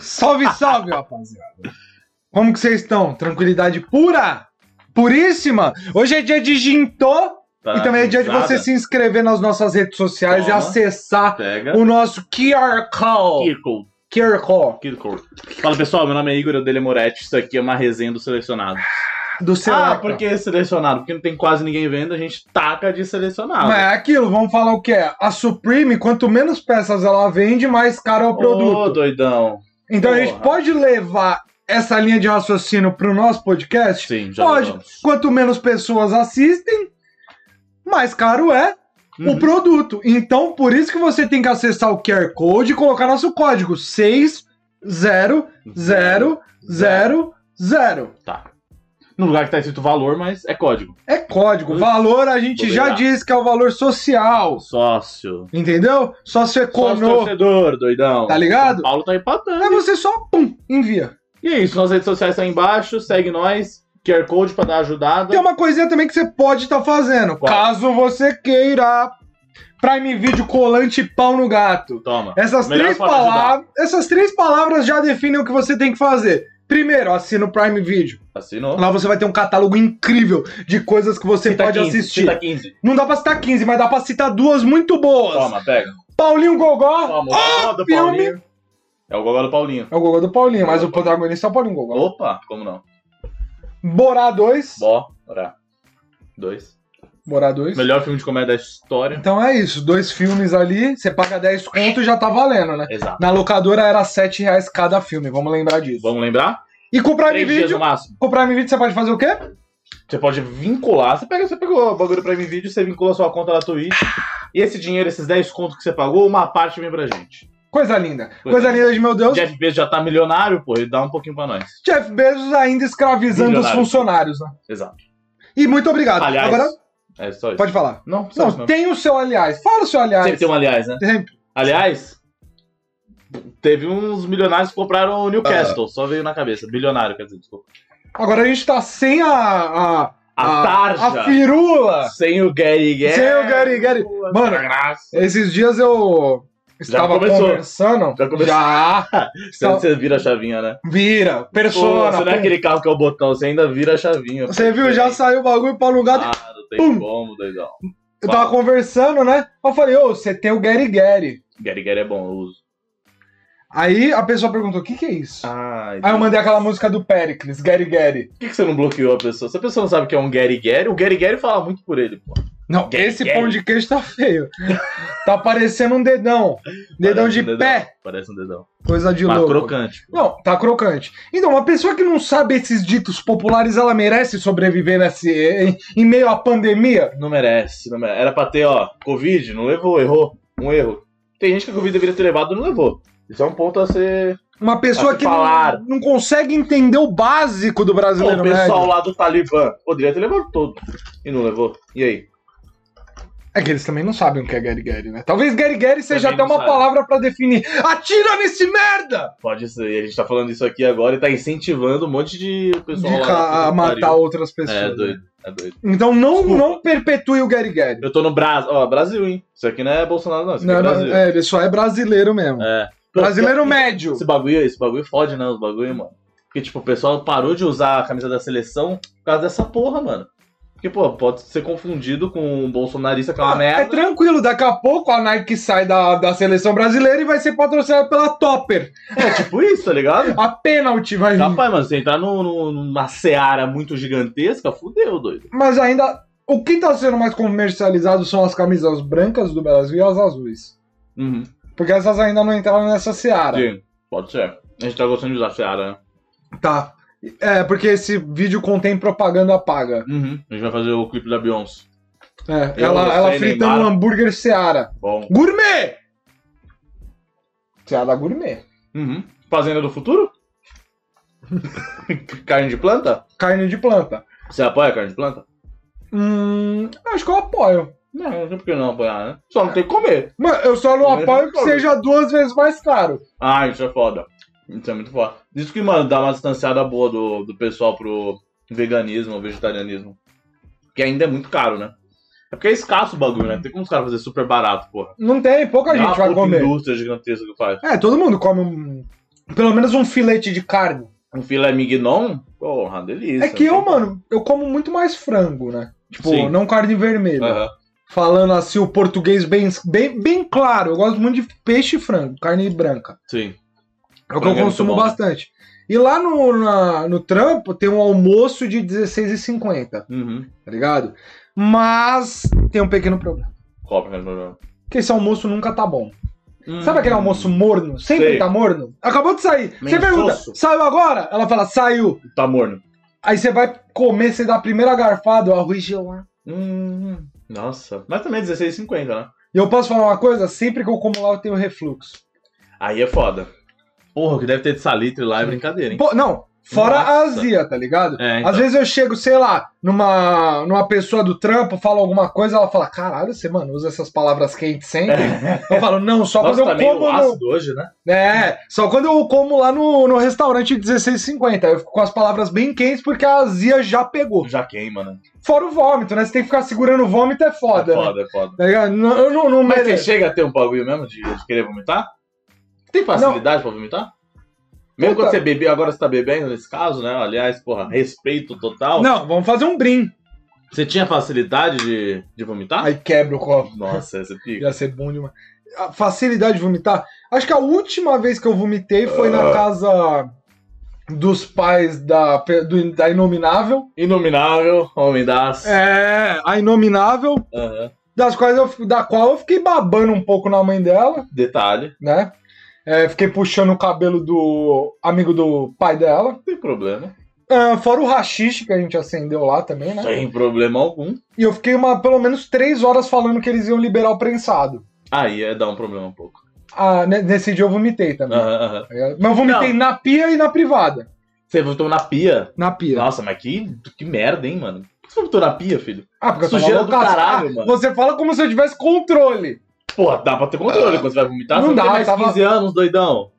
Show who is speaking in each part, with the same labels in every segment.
Speaker 1: Salve, salve, rapaziada. Como que vocês estão? Tranquilidade pura? Puríssima? Hoje é dia de Gintô
Speaker 2: Tá
Speaker 1: e também é dia de
Speaker 2: avisada?
Speaker 1: você se inscrever nas nossas redes sociais e
Speaker 2: Toma.
Speaker 1: acessar
Speaker 2: Pega.
Speaker 1: o nosso QR Code.
Speaker 2: Kirkle.
Speaker 1: QR Code
Speaker 2: Kirkle. Fala pessoal, meu nome é Igor Odelha Moretti. Isso aqui é uma resenha do selecionado.
Speaker 1: do seu.
Speaker 2: ah, por que selecionado? Porque não tem quase ninguém vendo, a gente taca de selecionado.
Speaker 1: Mas é aquilo, vamos falar o que é. A Supreme, quanto menos peças ela vende, mais caro é o produto.
Speaker 2: Ô, doidão.
Speaker 1: Então a gente
Speaker 2: porra.
Speaker 1: pode levar essa linha de raciocínio pro nosso podcast?
Speaker 2: Sim, já
Speaker 1: Pode.
Speaker 2: levamos.
Speaker 1: Quanto menos pessoas assistem, mais caro é o
Speaker 2: Uhum.
Speaker 1: produto. Então, por isso que você tem que acessar o QR Code e colocar nosso código 60000.
Speaker 2: Tá. No lugar que tá escrito valor, mas é código.
Speaker 1: É código. Valor a gente
Speaker 2: Vou
Speaker 1: já
Speaker 2: pegar.
Speaker 1: disse que é o valor social.
Speaker 2: Sócio.
Speaker 1: Entendeu? Só se
Speaker 2: Sócio
Speaker 1: econou.
Speaker 2: torcedor, doidão.
Speaker 1: Tá ligado?
Speaker 2: São Paulo tá empatando.
Speaker 1: Aí você só, pum, envia.
Speaker 2: E é isso, nossas redes sociais estão aí embaixo, segue nós. QR Code pra dar ajudada.
Speaker 1: Tem uma coisinha também que você pode estar fazendo.
Speaker 2: Qual?
Speaker 1: Caso você queira. Prime Video Colante e Pau no Gato.
Speaker 2: Toma.
Speaker 1: Essas
Speaker 2: Melhor
Speaker 1: três,
Speaker 2: forma de
Speaker 1: palavras, essas três palavras já definem o que você tem que fazer. Primeiro, assina o Prime Video.
Speaker 2: Assinou.
Speaker 1: Lá você vai ter um catálogo incrível de coisas que você
Speaker 2: Cita
Speaker 1: pode
Speaker 2: 15,
Speaker 1: assistir.
Speaker 2: cita 15.
Speaker 1: Não dá pra citar 15, mas dá pra citar duas muito boas.
Speaker 2: Toma, pega.
Speaker 1: Paulinho Gogó.
Speaker 2: Toma, o gogó do
Speaker 1: Ah, filme!
Speaker 2: Paulinho. É o gogó do Paulinho.
Speaker 1: É o Gogó do Paulinho, mas o
Speaker 2: Opa.
Speaker 1: protagonista é o Paulinho Gogó.
Speaker 2: Opa, como não?
Speaker 1: Borá 2.
Speaker 2: Bora. Dois.
Speaker 1: Borá 2.
Speaker 2: Melhor filme de comédia da história.
Speaker 1: Então é isso. Dois filmes ali, você paga 10 conto e já tá valendo, né?
Speaker 2: Exato.
Speaker 1: Na locadora era R$ 7 reais cada filme, vamos lembrar disso.
Speaker 2: Vamos lembrar?
Speaker 1: E com o Prime
Speaker 2: Três dias né? no
Speaker 1: Video,
Speaker 2: máximo.
Speaker 1: com o Prime Video você pode fazer o quê?
Speaker 2: Você pode vincular. Você, pega, você pegou o bagulho do Prime Video, você vincula a sua conta da Twitch. E esse dinheiro, esses 10 contos que você pagou, uma parte vem pra gente.
Speaker 1: Coisa linda. Coisa,
Speaker 2: Coisa
Speaker 1: linda de meu Deus. Jeff,
Speaker 2: Jeff Bezos já tá milionário, pô. Ele dá um pouquinho pra nós.
Speaker 1: Bezos ainda escravizando
Speaker 2: Milionário.
Speaker 1: os funcionários, né?
Speaker 2: Exato.
Speaker 1: E muito obrigado.
Speaker 2: Aliás.
Speaker 1: Agora,
Speaker 2: É só isso.
Speaker 1: pode falar.
Speaker 2: Não, só isso
Speaker 1: Não,
Speaker 2: mesmo.
Speaker 1: tem o seu aliás. Fala o seu aliás.
Speaker 2: Sempre tem um aliás, né?
Speaker 1: Sempre.
Speaker 2: Aliás, teve uns milionários que compraram o Newcastle.
Speaker 1: Ah.
Speaker 2: Só veio na cabeça. Bilionário, quer dizer, desculpa.
Speaker 1: Agora a gente tá sem a. A,
Speaker 2: A,
Speaker 1: a-
Speaker 2: tarja.
Speaker 1: Ah, a firula.
Speaker 2: Sem o Gary Gary. tá
Speaker 1: Sem o Gary Gary. Mano,
Speaker 2: graça.
Speaker 1: Esses dias eu estava
Speaker 2: começou.
Speaker 1: conversando.
Speaker 2: Já começou.
Speaker 1: Já.
Speaker 2: Você, você vira a chavinha, né?
Speaker 1: Vira.
Speaker 2: Pô,
Speaker 1: Persona.
Speaker 2: você não é
Speaker 1: pum.
Speaker 2: aquele carro que é o botão, você ainda vira a chavinha.
Speaker 1: Você viu? Já saiu o bagulho pra um lugar.
Speaker 2: Ah, não tem
Speaker 1: Pum.
Speaker 2: como, doidão.
Speaker 1: eu tava conversando, né? Eu falei, ô, você tem o Gary Gary.
Speaker 2: Gary Gary é bom, eu uso.
Speaker 1: Aí a pessoa perguntou, o que que é isso?
Speaker 2: Ah. Ai,
Speaker 1: Aí eu
Speaker 2: Deus.
Speaker 1: mandei aquela música do Pericles, Gary Gary.
Speaker 2: Por que, que você não bloqueou a pessoa? Se a pessoa não sabe o que é um Gary Gary, o Gary Gary fala muito por ele, pô.
Speaker 1: Não,
Speaker 2: Gary,
Speaker 1: esse
Speaker 2: Gary.
Speaker 1: pão de queijo tá feio. tá parecendo um dedão. Dedão
Speaker 2: Parece
Speaker 1: de
Speaker 2: um
Speaker 1: pé.
Speaker 2: Parece um dedão.
Speaker 1: Coisa de
Speaker 2: Mas
Speaker 1: louco.
Speaker 2: crocante. pô.
Speaker 1: Não, tá crocante. Então, uma pessoa que não sabe esses ditos populares, ela merece sobreviver nesse, em, em meio à pandemia?
Speaker 2: Não merece, não merece. Era pra ter, ó, Covid, não levou, errou. Um erro. Tem gente que a Covid deveria ter levado não levou. Isso é um ponto a ser.
Speaker 1: Uma pessoa
Speaker 2: Ah,
Speaker 1: que não,
Speaker 2: falar.
Speaker 1: não consegue entender o básico do
Speaker 2: Pô,
Speaker 1: brasileiro
Speaker 2: o pessoal
Speaker 1: médio.
Speaker 2: lá do Talibã poderia ter levado todo. E não levou. E aí?
Speaker 1: É que eles também não sabem o que é Gary Gary, né? Talvez Gary Gary seja até
Speaker 2: Também não
Speaker 1: uma
Speaker 2: sabe.
Speaker 1: palavra pra definir. Atira nesse merda!
Speaker 2: Pode ser. E a gente tá falando isso aqui agora e tá incentivando um monte de pessoal
Speaker 1: De
Speaker 2: lá.
Speaker 1: ca-
Speaker 2: Puta
Speaker 1: a
Speaker 2: que
Speaker 1: matar
Speaker 2: pariu.
Speaker 1: outras pessoas.
Speaker 2: É
Speaker 1: né?
Speaker 2: doido, é doido.
Speaker 1: Então não,
Speaker 2: Desculpa.
Speaker 1: não perpetue o Gary Gary.
Speaker 2: Eu tô no Brasil. Ó, Brasil, hein? Isso aqui não é Bolsonaro, não. Isso aqui
Speaker 1: Não,
Speaker 2: é
Speaker 1: não,
Speaker 2: Brasil.
Speaker 1: é, ele só é brasileiro mesmo.
Speaker 2: É.
Speaker 1: Brasileiro
Speaker 2: Esse-
Speaker 1: médio.
Speaker 2: Esse bagulho, esse bagulho fode, né? Os bagulho, mano. Porque, tipo, o pessoal parou de usar a camisa da seleção por causa dessa porra, mano. Porque, pô, pode ser confundido com um bolsonarista que é uma
Speaker 1: Ah, é
Speaker 2: merda.
Speaker 1: tranquilo, daqui a pouco a Nike sai da, da seleção brasileira e vai ser patrocinada pela Topper.
Speaker 2: É tipo isso, tá ligado?
Speaker 1: A pênalti vai vir.
Speaker 2: Rapaz, mano, você entrar no- no- numa seara muito gigantesca, fudeu, doido.
Speaker 1: Mas ainda, o que tá sendo mais comercializado são as camisas brancas do Brasil e as azuis.
Speaker 2: Uhum.
Speaker 1: Porque essas ainda não entraram nessa seara.
Speaker 2: Sim, pode ser. A gente tá gostando de usar seara, né?
Speaker 1: Tá. É, porque esse vídeo contém propaganda paga.
Speaker 2: Uhum. A gente vai fazer o clipe da Beyoncé.
Speaker 1: É,
Speaker 2: Eu,
Speaker 1: ela
Speaker 2: você,
Speaker 1: ela fritando
Speaker 2: Neymar.
Speaker 1: um hambúrguer seara.
Speaker 2: tá Bom.
Speaker 1: Gourmet! Seara gourmet.
Speaker 2: Uhum. Fazenda do futuro? carne de planta?
Speaker 1: Carne de planta.
Speaker 2: Você apoia a carne de planta?
Speaker 1: Hum, acho que eu apoio.
Speaker 2: Não, não por que não apoiar, né? Só não tem que comer.
Speaker 1: Mano, eu só não
Speaker 2: Também não
Speaker 1: apoio que
Speaker 2: apoio.
Speaker 1: seja duas vezes mais caro.
Speaker 2: Ah, isso é foda. Isso é muito foda. Isso que, mano, dá uma distanciada boa do, do pessoal pro veganismo, vegetarianismo. Que ainda é muito caro, né? É porque é escasso o bagulho, né? Tem como os caras fazer super barato, porra.
Speaker 1: Não tem, pouca
Speaker 2: É uma
Speaker 1: gente vai
Speaker 2: puta
Speaker 1: comer.
Speaker 2: indústria gigantesca que faz.
Speaker 1: É, todo mundo come um Pelo menos um filete de carne.
Speaker 2: Um filé mignon, porra, delícia. assim.
Speaker 1: é que eu, mano, eu como muito mais frango, né? Tipo,
Speaker 2: Sim.
Speaker 1: não né? carne vermelha.
Speaker 2: Aham.
Speaker 1: Falando assim o português bem, bem, bem claro. Eu gosto muito de peixe e frango, carne branca.
Speaker 2: Sim.
Speaker 1: É o que
Speaker 2: Frango é
Speaker 1: eu
Speaker 2: muito
Speaker 1: consumo
Speaker 2: bom, né?
Speaker 1: bastante. E lá no, na- no trampo tem um almoço de R$16,50,
Speaker 2: Uhum.
Speaker 1: tá ligado? Mas tem um pequeno problema.
Speaker 2: Copa, cara, problema.
Speaker 1: Que esse almoço nunca tá bom.
Speaker 2: Hum.
Speaker 1: Sabe aquele almoço morno? Sempre
Speaker 2: Sei.
Speaker 1: tá morno? Acabou de sair. Você
Speaker 2: Mensoso.
Speaker 1: pergunta, saiu agora? Ela fala, saiu.
Speaker 2: Tá morno.
Speaker 1: Aí você vai comer, você dá a primeira garfada, ó, arroz gelado.
Speaker 2: Hum. Nossa. Mas também é 16,50, né?
Speaker 1: E eu posso falar uma coisa? Sempre que eu como lá, eu tenho refluxo.
Speaker 2: Aí é foda. Porra, o que deve ter de salitre lá é
Speaker 1: Sim.
Speaker 2: brincadeira, hein?
Speaker 1: Pô, não, fora a
Speaker 2: Nossa.
Speaker 1: azia, tá ligado?
Speaker 2: É, então.
Speaker 1: Às vezes eu chego, sei lá, numa, numa pessoa do trampo, falo alguma coisa, ela fala, caralho, você, mano, usa essas palavras quentes sempre. Eu falo, não, só
Speaker 2: Nossa, tá
Speaker 1: quando eu
Speaker 2: meio
Speaker 1: como no...
Speaker 2: ácido hoje, né?
Speaker 1: É, só quando eu como lá no, no restaurante 1650. Eu fico com as palavras bem quentes porque a azia já pegou.
Speaker 2: Já queima, né?
Speaker 1: Fora o vômito, né? Você tem que ficar segurando o vômito, é foda,
Speaker 2: é
Speaker 1: né?
Speaker 2: foda, é foda.
Speaker 1: Tá ligado? Não, eu não, não
Speaker 2: Mas você
Speaker 1: mereço.
Speaker 2: chega a ter um bagulho mesmo de, de querer vomitar? Tem facilidade pra vomitar? Mesmo
Speaker 1: Puta.
Speaker 2: quando você bebeu, agora você tá bebendo nesse caso, né? Aliás, porra, respeito total.
Speaker 1: Não, vamos fazer um brim.
Speaker 2: Você tinha facilidade de, de vomitar?
Speaker 1: Aí quebra o copo.
Speaker 2: Nossa, essa é pica.
Speaker 1: Ia ser bom demais. A facilidade de vomitar. Acho que a última vez que eu vomitei foi
Speaker 2: Ah.
Speaker 1: na casa dos pais da, pe- do- da Inominável.
Speaker 2: Inominável, homem das.
Speaker 1: É, a Inominável,
Speaker 2: Aham.
Speaker 1: das quais eu, fi- da qual eu fiquei babando um pouco na mãe dela,
Speaker 2: Detalhe,
Speaker 1: né? É, fiquei puxando o cabelo do amigo do pai dela.
Speaker 2: não tem problema.
Speaker 1: Ah, fora o rachixe que a gente acendeu lá também, né?
Speaker 2: Sem problema algum.
Speaker 1: E eu fiquei uma, pelo menos três horas falando que eles iam liberar o prensado.
Speaker 2: Aí é dar um problema um pouco.
Speaker 1: Ah, ne- nesse dia eu vomitei também.
Speaker 2: Aham, aham.
Speaker 1: Tá ligado? Mas eu vomitei na pia e na privada.
Speaker 2: Você vomitou na pia?
Speaker 1: Na pia.
Speaker 2: Nossa, mas que, que merda, hein, mano? Por que Você vomitou na pia, filho?
Speaker 1: Ah, porque eu tava
Speaker 2: Sujeira do
Speaker 1: loucaço.
Speaker 2: caralho,
Speaker 1: Ah,
Speaker 2: mano.
Speaker 1: Você fala como se eu tivesse controle.
Speaker 2: Porra, dá pra ter controle quando você vai vomitar.
Speaker 1: Não
Speaker 2: você
Speaker 1: dá,
Speaker 2: tem mais
Speaker 1: tava-
Speaker 2: 15 anos, doidão.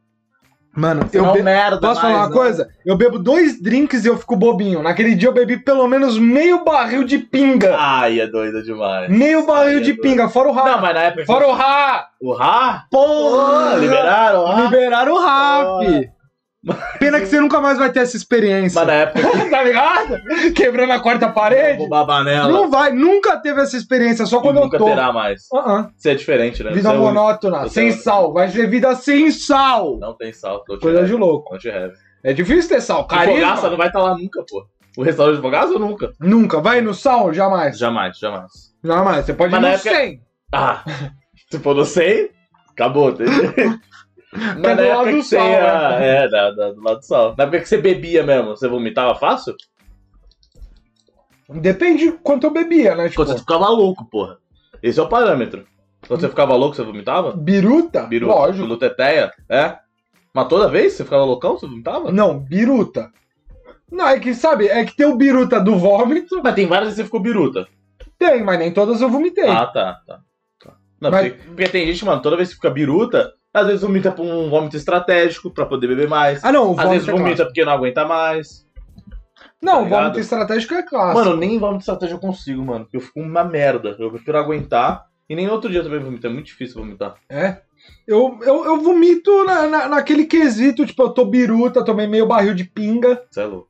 Speaker 1: Mano,
Speaker 2: Você não é um
Speaker 1: be-
Speaker 2: merda
Speaker 1: Posso
Speaker 2: mais,
Speaker 1: falar uma
Speaker 2: não.
Speaker 1: coisa? Eu bebo dois drinks e eu fico bobinho. Naquele dia eu bebi pelo menos meio barril de pinga.
Speaker 2: Ai, é doido demais.
Speaker 1: meio barril
Speaker 2: ai,
Speaker 1: de
Speaker 2: é
Speaker 1: pinga, fora o rá.
Speaker 2: Não, mas na época.
Speaker 1: Fora o rá!
Speaker 2: O Rá?
Speaker 1: Porra!
Speaker 2: liberaram o Rá?
Speaker 1: Liberaram o rá,
Speaker 2: Porra.
Speaker 1: fi. Pena que você nunca mais vai ter essa experiência.
Speaker 2: Mas na época.
Speaker 1: tá ligado? Quebrando a quarta parede.
Speaker 2: Vou babar nela.
Speaker 1: Não vai, nunca teve essa experiência, só quando eu
Speaker 2: nunca
Speaker 1: tô.
Speaker 2: terá mais.
Speaker 1: Ah, ah.
Speaker 2: Você é diferente, né?
Speaker 1: Vida
Speaker 2: Você é único.
Speaker 1: monótona,
Speaker 2: Você
Speaker 1: sem
Speaker 2: é único.
Speaker 1: sal. Vai ser vida sem sal.
Speaker 2: Não tem sal. Não te
Speaker 1: Coisa de
Speaker 2: reve.
Speaker 1: louco.
Speaker 2: Não te reve.
Speaker 1: É difícil ter sal.
Speaker 2: O Fogaça
Speaker 1: Carisma?
Speaker 2: não vai estar lá nunca, pô. O restaurante de Fogaça nunca.
Speaker 1: Nunca. Vai no sal? Jamais.
Speaker 2: Jamais, jamais.
Speaker 1: Jamais. Você pode ir
Speaker 2: Mas na
Speaker 1: no
Speaker 2: época-
Speaker 1: 100.
Speaker 2: Ah, se for no 100, acabou. entendeu? Mas
Speaker 1: Tá
Speaker 2: na
Speaker 1: do
Speaker 2: época
Speaker 1: lado
Speaker 2: que
Speaker 1: do
Speaker 2: você
Speaker 1: sal,
Speaker 2: ia-
Speaker 1: né?
Speaker 2: É, da, da- do lado do sal. Na época que você bebia mesmo, você vomitava fácil?
Speaker 1: Depende de quanto eu bebia, né? Tipo,
Speaker 2: Quando você ficava louco, porra. Esse é o parâmetro. Quando você ficava louco, você vomitava?
Speaker 1: biruta?
Speaker 2: Biruta,
Speaker 1: Hum. Lógico.
Speaker 2: Luteteia, é? Mas toda vez você ficava loucão, você vomitava?
Speaker 1: Não, biruta. Não, é que, sabe, é que tem o biruta do vômito.
Speaker 2: Mas tem várias vezes que você ficou biruta.
Speaker 1: Tem, mas nem todas eu vomitei.
Speaker 2: Ah, tá, tá. tá. Não,
Speaker 1: Mas-
Speaker 2: porque, porque tem gente, mano, toda vez que fica biruta, às vezes vomita por um vômito estratégico pra poder beber mais.
Speaker 1: Ah, não, o
Speaker 2: às
Speaker 1: vômito.
Speaker 2: vezes
Speaker 1: é
Speaker 2: vomita
Speaker 1: clássico.
Speaker 2: porque não aguenta mais.
Speaker 1: Não, o
Speaker 2: ligado?
Speaker 1: vômito estratégico é clássico.
Speaker 2: Mano, nem vômito estratégico eu consigo, mano. Porque eu fico uma merda. Eu prefiro aguentar. E nem outro dia também vomitar. É muito difícil vomitar.
Speaker 1: É. Eu, eu, eu vomito na, na- naquele quesito, tipo, eu tô biruta, tomei meio barril de pinga.
Speaker 2: Você é louco.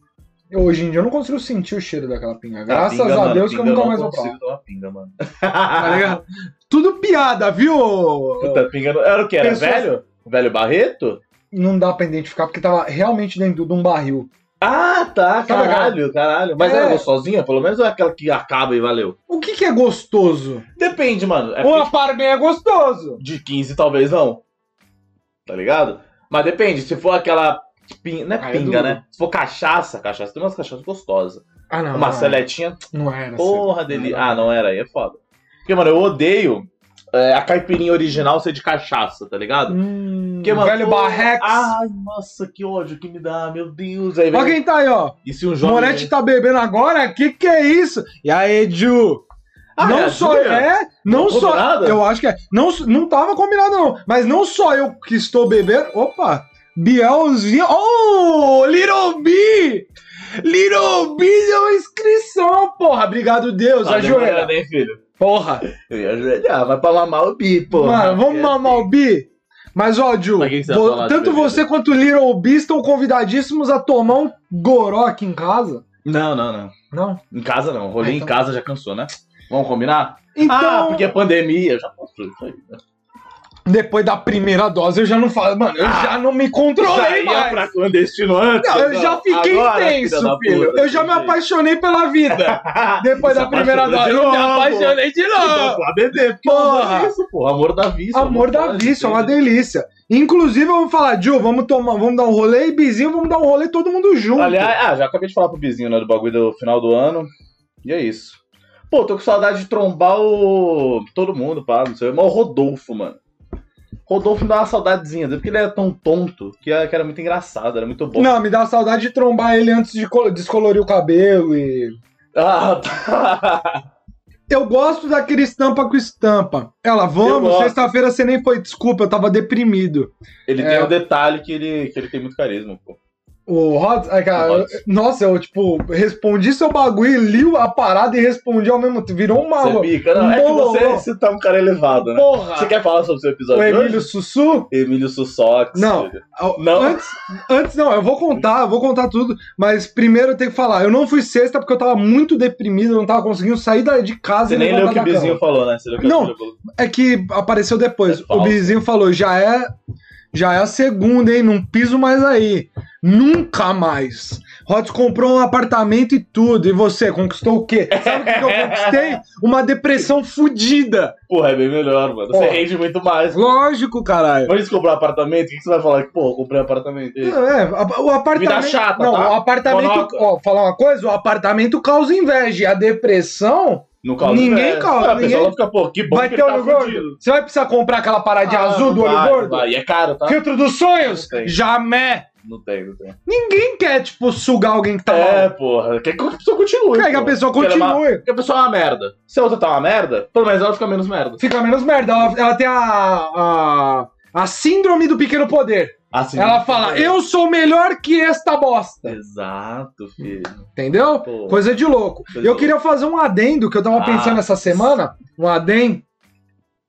Speaker 1: Eu, hoje em dia eu não consigo sentir o cheiro daquela pinga.
Speaker 2: Cara,
Speaker 1: Graças
Speaker 2: Ah, pinga,
Speaker 1: a
Speaker 2: mano,
Speaker 1: Deus que
Speaker 2: pinga
Speaker 1: eu nunca
Speaker 2: não
Speaker 1: mais vou pra lá.
Speaker 2: consigo tomar pinga, mano.
Speaker 1: Tá ligado? Tudo piada, viu?
Speaker 2: Puta, pinga. não- Era o que? Era
Speaker 1: Pessoas-
Speaker 2: velho? Velho Barreto?
Speaker 1: Não dá pra identificar porque tava realmente dentro de um barril.
Speaker 2: Ah, tá,
Speaker 1: Tá legal.
Speaker 2: caralho, caralho. Mas
Speaker 1: É.
Speaker 2: ela sozinha, pelo menos, ou é aquela que acaba e valeu?
Speaker 1: O que que é gostoso?
Speaker 2: Depende, mano. É
Speaker 1: Uma
Speaker 2: porque
Speaker 1: parmeia é gostoso.
Speaker 2: de 15 talvez não. Tá ligado? Mas depende, se for aquela. Pinga, não é
Speaker 1: Ah, é
Speaker 2: pinga,
Speaker 1: duro.
Speaker 2: né? Se for cachaça, cachaça, tem umas cachaças gostosas.
Speaker 1: Ah, não.
Speaker 2: Uma
Speaker 1: não era.
Speaker 2: seletinha,
Speaker 1: Não era.
Speaker 2: porra
Speaker 1: Celeste.
Speaker 2: dele. Ah, não era aí, é foda. Porque, mano, eu odeio é, a caipirinha original ser de cachaça, tá ligado?
Speaker 1: Hum,
Speaker 2: Porque, mano,
Speaker 1: velho
Speaker 2: porra, Ah,
Speaker 1: Barrex.
Speaker 2: Ai, nossa, que ódio que me dá, meu Deus. Aí,
Speaker 1: Ó
Speaker 2: vem.
Speaker 1: quem tá aí, ó.
Speaker 2: E se um jovem.
Speaker 1: Moretti tá bebendo agora? Que que é isso? E aí, Ju?
Speaker 2: Ah,
Speaker 1: não
Speaker 2: é a
Speaker 1: só
Speaker 2: Júlia?
Speaker 1: é, não,
Speaker 2: Não
Speaker 1: só.
Speaker 2: combinado?
Speaker 1: Eu acho que é. Não, não tava combinado, não. Mas não só eu que estou bebendo. Opa! Bielzinho. Oh! Little B! Little B deu inscrição, porra! Obrigado, Deus.
Speaker 2: Tá
Speaker 1: Ajoelha.
Speaker 2: demorando, hein, filho?
Speaker 1: Porra!
Speaker 2: Eu ia ajoelhar, vai pra mamar o bi, pô.
Speaker 1: Mano, vamos mamar o B? Mas, ó, Ju,
Speaker 2: é assim. Mas o que que você
Speaker 1: vo-
Speaker 2: vai falar de
Speaker 1: tanto
Speaker 2: bebida?
Speaker 1: você quanto o Little B estão convidadíssimos a tomar um goró aqui em casa.
Speaker 2: Não, não, não.
Speaker 1: Não.
Speaker 2: Em casa não. Rolê
Speaker 1: Ah,
Speaker 2: em
Speaker 1: então.
Speaker 2: casa já cansou, né? Vamos combinar?
Speaker 1: Então,
Speaker 2: Ah, porque é pandemia. Eu já posso fazer isso aí. né?
Speaker 1: depois da primeira dose, eu já não falo. Mano, eu
Speaker 2: Ah,
Speaker 1: já não me
Speaker 2: Já
Speaker 1: controlei
Speaker 2: ia
Speaker 1: mais.
Speaker 2: pra clandestino antes.
Speaker 1: Não, eu já fiquei
Speaker 2: Agora, filha da
Speaker 1: tenso,
Speaker 2: puta,
Speaker 1: filho. eu já me
Speaker 2: entendi.
Speaker 1: apaixonei pela vida. Depois
Speaker 2: Se
Speaker 1: da primeira
Speaker 2: apaixonou
Speaker 1: dose,
Speaker 2: de
Speaker 1: eu me
Speaker 2: novo.
Speaker 1: apaixonei de
Speaker 2: Então,
Speaker 1: novo.
Speaker 2: pra beber, porque
Speaker 1: Porra.
Speaker 2: amor é Isso, porra. Amor da vista.
Speaker 1: Amor da
Speaker 2: pode,
Speaker 1: vista, é uma
Speaker 2: entende?
Speaker 1: delícia. Inclusive, vamos falar, Ju, vamos tomar, vamos dar um rolê e Bizinho, vamos dar um rolê todo mundo junto.
Speaker 2: Aliás, ah, já acabei de falar pro vizinho, né, do bagulho do final do ano. E é isso. Pô, tô com saudade de trombar o. todo mundo, pá, não sei. Mas o Rodolfo, mano. Rodolfo me dá uma saudadezinha dele, porque ele era tão tonto que era, que era muito engraçado, era muito bom.
Speaker 1: Não, me dá saudade de trombar ele antes de colo- descolorir o cabelo e.
Speaker 2: Ah, tá.
Speaker 1: Eu gosto daquele estampa com estampa. Ela, vamos,
Speaker 2: gosto.
Speaker 1: sexta-feira você nem foi, desculpa, eu tava deprimido.
Speaker 2: Ele
Speaker 1: É.
Speaker 2: tem um detalhe que ele, que ele tem muito carisma, pô.
Speaker 1: O Rods, ai, cara,
Speaker 2: O Rods.
Speaker 1: eu- nossa, eu, tipo, respondi seu bagulho, e li a parada e respondi ao mesmo tempo. Virou um uma
Speaker 2: Você bica, não. É que você,
Speaker 1: Bololô.
Speaker 2: você tá um cara elevado, né? Você
Speaker 1: porra.
Speaker 2: quer falar sobre o seu episódio
Speaker 1: O
Speaker 2: de
Speaker 1: Emílio
Speaker 2: hoje?
Speaker 1: Sussu?
Speaker 2: Emílio Sussox.
Speaker 1: Não.
Speaker 2: Não.
Speaker 1: Antes, antes, não, eu vou contar, eu vou contar tudo, mas primeiro eu tenho que falar. Eu não fui sexta porque eu tava muito deprimido, eu não tava conseguindo sair da- de casa
Speaker 2: Você
Speaker 1: e
Speaker 2: nem leu o
Speaker 1: levantar
Speaker 2: que o
Speaker 1: da cama.
Speaker 2: vizinho falou, né? Você leu o que
Speaker 1: Não.
Speaker 2: o vizinho falou.
Speaker 1: É que apareceu depois.
Speaker 2: É
Speaker 1: o
Speaker 2: falso.
Speaker 1: Bizinho falou: já é, já é a segunda, hein? Não piso mais aí. Nunca mais. Rods comprou um apartamento e tudo. E você conquistou o quê? Sabe o que, que eu conquistei? Uma depressão fodida.
Speaker 2: Porra, é bem melhor, mano. Você
Speaker 1: Ó.
Speaker 2: rende muito mais.
Speaker 1: Lógico, caralho.
Speaker 2: Antes de comprar um apartamento, o que que você vai falar? que Pô, eu comprei um apartamento. E aí?
Speaker 1: É, a- o apartamento.
Speaker 2: chata,
Speaker 1: não,
Speaker 2: tá?
Speaker 1: o apartamento.
Speaker 2: Monóculo.
Speaker 1: Ó, falar uma coisa: o apartamento causa inveja. E a depressão
Speaker 2: No caso,
Speaker 1: Ninguém
Speaker 2: é,
Speaker 1: causa,
Speaker 2: A pessoa
Speaker 1: ninguém-
Speaker 2: vai ficar, pô, que bom
Speaker 1: vai
Speaker 2: que
Speaker 1: ter
Speaker 2: ele tá
Speaker 1: olho
Speaker 2: fudido.
Speaker 1: gordo. Você vai precisar comprar aquela paradinha
Speaker 2: Ah,
Speaker 1: azul
Speaker 2: não
Speaker 1: do olho
Speaker 2: vai,
Speaker 1: gordo?
Speaker 2: não vai. E é caro, tá?
Speaker 1: Filtro dos sonhos?
Speaker 2: Não tem.
Speaker 1: Jamé.
Speaker 2: Não tem, não tem.
Speaker 1: Ninguém quer, tipo, sugar alguém que tá
Speaker 2: É,
Speaker 1: mal.
Speaker 2: porra. Quer que a pessoa continue.
Speaker 1: Quer que a
Speaker 2: pô.
Speaker 1: pessoa
Speaker 2: Porque ela é uma-
Speaker 1: continue.
Speaker 2: Porque a pessoa é uma merda. Se a outra tá uma merda, pelo menos ela fica menos merda.
Speaker 1: Fica menos merda. Ela, ela tem a, a, a síndrome do pequeno poder.
Speaker 2: Assim.
Speaker 1: ela fala, eu sou melhor que esta bosta.
Speaker 2: Exato, filho.
Speaker 1: Entendeu?
Speaker 2: Pô.
Speaker 1: Coisa de louco.
Speaker 2: Coisa de
Speaker 1: eu
Speaker 2: louco.
Speaker 1: queria fazer um adendo que eu tava
Speaker 2: Ah.
Speaker 1: pensando essa semana. Um adendo.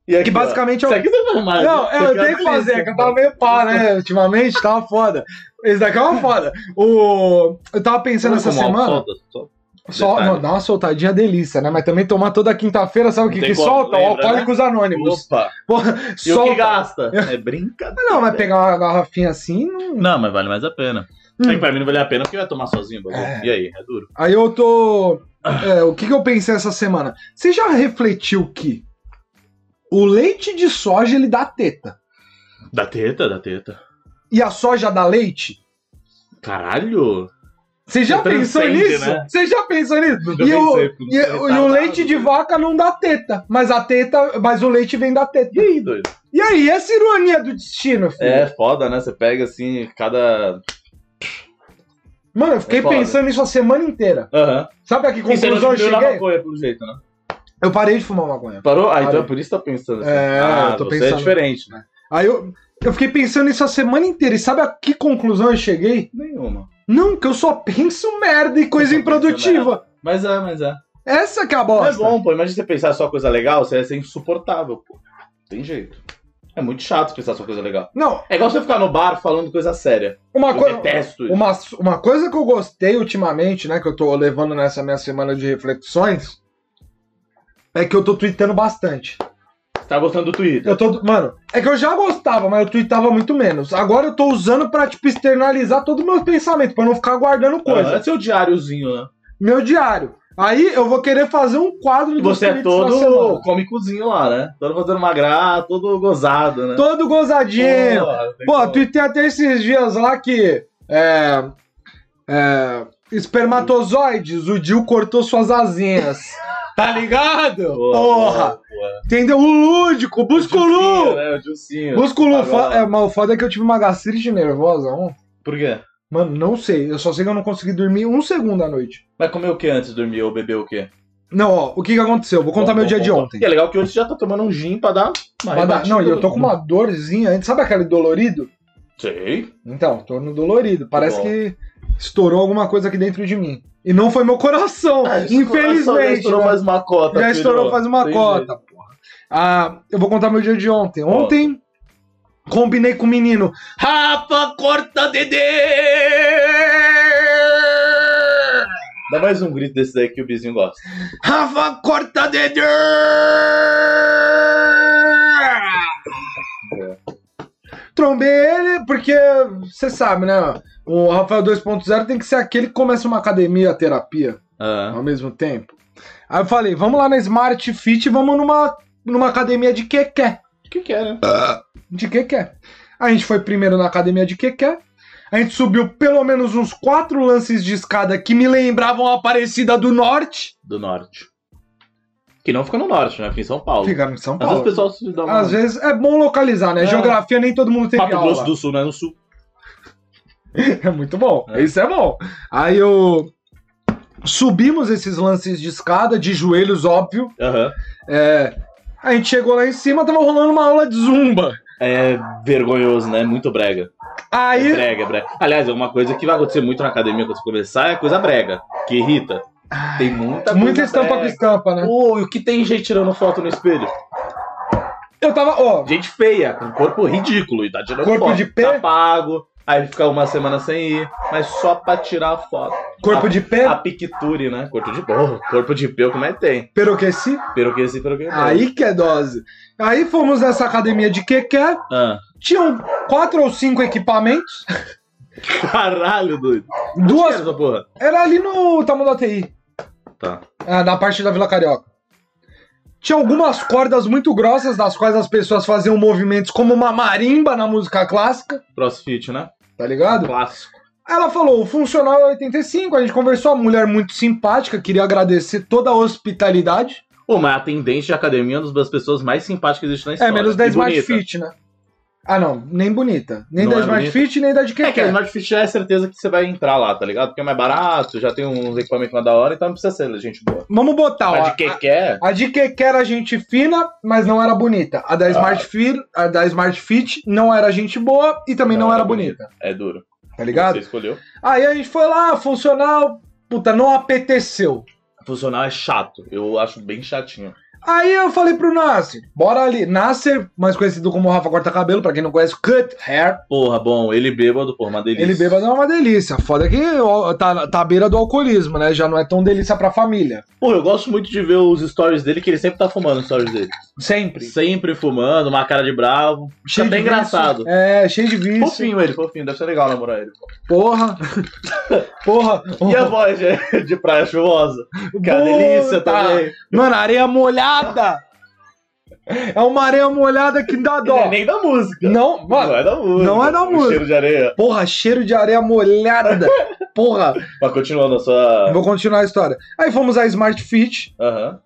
Speaker 2: E aqui,
Speaker 1: Que basicamente
Speaker 2: ó,
Speaker 1: é o-
Speaker 2: Isso aqui não é mais.
Speaker 1: Não,
Speaker 2: isso
Speaker 1: é, eu
Speaker 2: aqui é
Speaker 1: tenho que
Speaker 2: uma delícia,
Speaker 1: fazer, que eu tava
Speaker 2: mano.
Speaker 1: meio pá, né? Ultimamente, tava foda. Esse daqui é uma foda. O... Eu tava pensando
Speaker 2: Sabe
Speaker 1: essa
Speaker 2: como
Speaker 1: semana.
Speaker 2: solta? Solta.
Speaker 1: Só,
Speaker 2: Detalhe.
Speaker 1: não, dá uma soltadinha é delícia, né? Mas também tomar toda quinta-feira, sabe o que,
Speaker 2: Tem
Speaker 1: que
Speaker 2: como,
Speaker 1: solta?
Speaker 2: lembra,
Speaker 1: o Alcoólicos Anônimos.
Speaker 2: Opa. E o que
Speaker 1: solta.
Speaker 2: gasta? É brincadeira.
Speaker 1: Não, mas pegar uma garrafinha assim. não-
Speaker 2: Não, mas vale mais a pena. É que pra mim não vale a pena porque eu ia tomar sozinho, bagulho.
Speaker 1: Hum. É.
Speaker 2: E aí, é duro.
Speaker 1: Aí eu tô. é, o que, que eu pensei essa semana? Você já refletiu que o leite de soja ele dá teta
Speaker 2: Da teta, da teta.
Speaker 1: e a soja dá leite?
Speaker 2: Caralho!
Speaker 1: Você já
Speaker 2: Você
Speaker 1: pensou
Speaker 2: É transcende,
Speaker 1: nisso?
Speaker 2: né?
Speaker 1: Você já pensou nisso?
Speaker 2: Nunca
Speaker 1: E o,
Speaker 2: pensei, porque
Speaker 1: e-
Speaker 2: não sei,
Speaker 1: e o
Speaker 2: tá
Speaker 1: leite de
Speaker 2: doido.
Speaker 1: vaca não dá teta, mas a teta, mas o leite vem da
Speaker 2: E
Speaker 1: teta.
Speaker 2: aí, doido?
Speaker 1: E aí, essa ironia do destino, filho?
Speaker 2: É foda, né? Você pega assim, cada.
Speaker 1: Mano, eu fiquei
Speaker 2: É foda.
Speaker 1: pensando nisso a semana inteira.
Speaker 2: Aham.
Speaker 1: Sabe a que
Speaker 2: E você não
Speaker 1: conclusão eu
Speaker 2: diminuiu na
Speaker 1: cheguei?
Speaker 2: maconha, pelo jeito, né?
Speaker 1: Eu parei de fumar maconha.
Speaker 2: Parou? Ah, então
Speaker 1: Parei.
Speaker 2: é por isso que tá pensando assim.
Speaker 1: É,
Speaker 2: ah,
Speaker 1: eu tô
Speaker 2: você é
Speaker 1: pensando.
Speaker 2: diferente, né?
Speaker 1: Aí eu, eu fiquei pensando nisso a semana inteira. E sabe a que conclusão eu cheguei?
Speaker 2: Nenhuma.
Speaker 1: Não, que eu só penso merda e coisa
Speaker 2: Só pensa
Speaker 1: improdutiva.
Speaker 2: Mas é, mas é.
Speaker 1: Essa que é a
Speaker 2: Não
Speaker 1: bosta.
Speaker 2: é bom, pô. Imagina você pensar só coisa legal, você ia ser insuportável, pô. Tem jeito. É muito chato pensar só coisa legal.
Speaker 1: Não,
Speaker 2: É igual você ficar no bar falando coisa séria.
Speaker 1: uma
Speaker 2: Eu
Speaker 1: coisa.
Speaker 2: detesto isso.
Speaker 1: Uma, uma coisa que eu gostei ultimamente, né? Que eu tô levando nessa minha semana de reflexões. É que eu tô tweetando bastante.
Speaker 2: Você tá gostando do Twitter?
Speaker 1: Eu tô. Mano, é que eu já gostava, mas eu tweetava muito menos. Agora eu tô usando pra, tipo, externalizar todo o meu pensamento, pra não ficar guardando coisa.
Speaker 2: Ah, é seu diáriozinho, né?
Speaker 1: Meu diário. Aí eu vou querer fazer um quadro
Speaker 2: E
Speaker 1: de
Speaker 2: você é todo cômicozinho lá, né? Todo fazendo uma graça, todo gozado, né?
Speaker 1: Todo gozadinho.
Speaker 2: Porra, tem
Speaker 1: Pô,
Speaker 2: como.
Speaker 1: tuitei até esses dias lá que. É. É. Espermatozoides, o Dil cortou suas asinhas. tá ligado? Porra!
Speaker 2: porra.
Speaker 1: Entendeu? O lúdico, o
Speaker 2: Jucinho,
Speaker 1: busculu!
Speaker 2: né? O Jucinho.
Speaker 1: Busculu,
Speaker 2: Agora-
Speaker 1: fo- é, mas o foda é que eu tive uma gastrite nervosa ontem.
Speaker 2: Por quê?
Speaker 1: Mano, não sei. Eu só sei que eu não consegui dormir um segundo à noite.
Speaker 2: Vai comer o que antes de dormir ou beber o quê?
Speaker 1: Não, ó, o que que aconteceu? Vou contar
Speaker 2: Bom,
Speaker 1: meu
Speaker 2: bom,
Speaker 1: dia
Speaker 2: bom,
Speaker 1: de
Speaker 2: bom.
Speaker 1: ontem.
Speaker 2: E é legal que hoje você já tá tomando um gin pra dar
Speaker 1: Mas
Speaker 2: uma
Speaker 1: dá-
Speaker 2: rebatida
Speaker 1: não, e eu tô
Speaker 2: no-
Speaker 1: com uma dorzinha. antes. Sabe aquele dolorido?
Speaker 2: Sei.
Speaker 1: Então, tô no dolorido. Parece
Speaker 2: Bom.
Speaker 1: que estourou alguma coisa aqui dentro de mim. E não foi meu coração,
Speaker 2: Ah, Já
Speaker 1: infelizmente.
Speaker 2: é estourou
Speaker 1: né?
Speaker 2: mais uma cota.
Speaker 1: Já
Speaker 2: filho.
Speaker 1: estourou faz uma
Speaker 2: Tem
Speaker 1: cota, porra. Ah, eu vou contar meu dia de ontem.
Speaker 2: Conta.
Speaker 1: Ontem Combinei com o menino.
Speaker 2: Rafa corta Dedê! Dá mais um grito desse daí que o Bizinho gosta.
Speaker 1: Rafa, corta dedê! Trombei ele porque, você sabe, né? O Rafael 2.0 tem que ser aquele que começa uma academia, terapia
Speaker 2: Ah,
Speaker 1: ao mesmo tempo. Aí eu falei, vamos lá na Smart Fit e vamos numa, numa academia de quequé.
Speaker 2: o que que é, né?
Speaker 1: de Keké. A gente foi primeiro na academia de Keké. A gente subiu pelo menos uns quatro lances de escada que me lembravam a Aparecida do Norte.
Speaker 2: Do norte. Que não fica no norte, né? Fica em São Paulo.
Speaker 1: Ficaram em São
Speaker 2: Às vezes o
Speaker 1: Paulo.
Speaker 2: pessoal se dá uma...
Speaker 1: Às vezes é bom localizar, né?
Speaker 2: É.
Speaker 1: Geografia nem todo mundo tem
Speaker 2: Mato Grosso
Speaker 1: aula.
Speaker 2: do Sul, não é no sul.
Speaker 1: É muito bom.
Speaker 2: É.
Speaker 1: Isso é bom. Aí eu. Subimos esses lances de escada, de joelhos, óbvio.
Speaker 2: Aham.
Speaker 1: É, A gente chegou lá em cima, tava rolando uma aula de zumba.
Speaker 2: É vergonhoso, né? Muito brega. É
Speaker 1: Aí.
Speaker 2: brega, é brega. Aliás, é uma coisa que vai acontecer muito na academia quando você começar é coisa brega, que irrita. Tem muita
Speaker 1: Muita
Speaker 2: coisa
Speaker 1: estampa com
Speaker 2: brega.
Speaker 1: estampa, né?
Speaker 2: Pô, e o que tem gente tirando foto no espelho?
Speaker 1: Eu tava, ó,
Speaker 2: Gente feia, com corpo ridículo e tá tirando
Speaker 1: Corpo
Speaker 2: foto.
Speaker 1: de pé?
Speaker 2: Tá pago, aí fica uma semana sem ir, mas só pra tirar a foto.
Speaker 1: corpo de pé,
Speaker 2: A picture, né? Corpo de porra, corpo de pé, como é que tem?
Speaker 1: peroqueci.
Speaker 2: Peruqueci, peruqueci.
Speaker 1: Aí que é dose. Aí fomos nessa academia de Keké,
Speaker 2: Ah.
Speaker 1: tinham quatro ou cinco equipamentos,
Speaker 2: Caralho, doido. Onde que era
Speaker 1: duas.
Speaker 2: essa porra?
Speaker 1: Era ali no Tamanho da TI,
Speaker 2: Tá.
Speaker 1: ah, na parte da Vila Carioca. Tinha algumas cordas muito grossas, das quais as pessoas faziam movimentos como uma marimba na música clássica,
Speaker 2: Crossfit, né?
Speaker 1: tá ligado?
Speaker 2: Clássico.
Speaker 1: Ela falou, o funcional é 85, a gente conversou, a mulher muito simpática, queria agradecer toda a hospitalidade.
Speaker 2: Ô, mas a atendente de academia é uma das pessoas mais simpáticas que existe na
Speaker 1: É,
Speaker 2: história.
Speaker 1: menos da
Speaker 2: E
Speaker 1: Smart
Speaker 2: bonita.
Speaker 1: Fit, né? Ah, não, nem bonita. Nem
Speaker 2: Não
Speaker 1: da
Speaker 2: é
Speaker 1: Smart
Speaker 2: bonita?
Speaker 1: Fit, nem da de
Speaker 2: É que a
Speaker 1: Keké.
Speaker 2: Smart Fit já é certeza que você vai entrar lá, tá ligado? Porque é mais barato, já tem uns equipamentos lá da hora, então não precisa ser gente boa.
Speaker 1: Vamos botar, ó.
Speaker 2: Mas de que quer?
Speaker 1: A de que era gente fina, mas não era bonita. A da,
Speaker 2: Ah.
Speaker 1: Smart, Fit, a da Smart Fit não era gente boa e também não, era bonita.
Speaker 2: É duro.
Speaker 1: Tá ligado?
Speaker 2: Você escolheu.
Speaker 1: Aí a gente foi lá, funcional, puta, não apeteceu.
Speaker 2: Funcional é chato. Eu acho bem chatinho.
Speaker 1: Aí eu falei pro Nasser, bora ali. Nasser, mais conhecido como Rafa Corta Cabelo, pra quem não conhece, Cut Hair.
Speaker 2: Porra, bom, ele bêbado, porra, uma delícia.
Speaker 1: Ele bêbado é uma delícia. Foda que ó, tá, tá à beira do alcoolismo, né? Já não é tão delícia pra família.
Speaker 2: Porra, eu gosto muito de ver os stories dele, que ele sempre tá fumando os stories dele.
Speaker 1: Sempre.
Speaker 2: Sempre fumando, uma cara de bravo. Tá
Speaker 1: de
Speaker 2: bem
Speaker 1: vício.
Speaker 2: engraçado.
Speaker 1: É, cheio de vício.
Speaker 2: Fofinho ele, fofinho. Deve ser legal namorar ele.
Speaker 1: Porra. Porra.
Speaker 2: E a voz de, de praia chuvosa? Que é uma delícia
Speaker 1: Puta.
Speaker 2: também.
Speaker 1: Mano, areia molhada! É uma areia molhada que dá
Speaker 2: Não é
Speaker 1: dó.
Speaker 2: nem da música.
Speaker 1: Não,
Speaker 2: não
Speaker 1: mano.
Speaker 2: é da música.
Speaker 1: não é da música.
Speaker 2: O cheiro de areia.
Speaker 1: Porra, cheiro de areia molhada. Porra,
Speaker 2: Mas continuando a sua...
Speaker 1: vou continuar a história. Aí fomos à Smart Fit.
Speaker 2: Aham.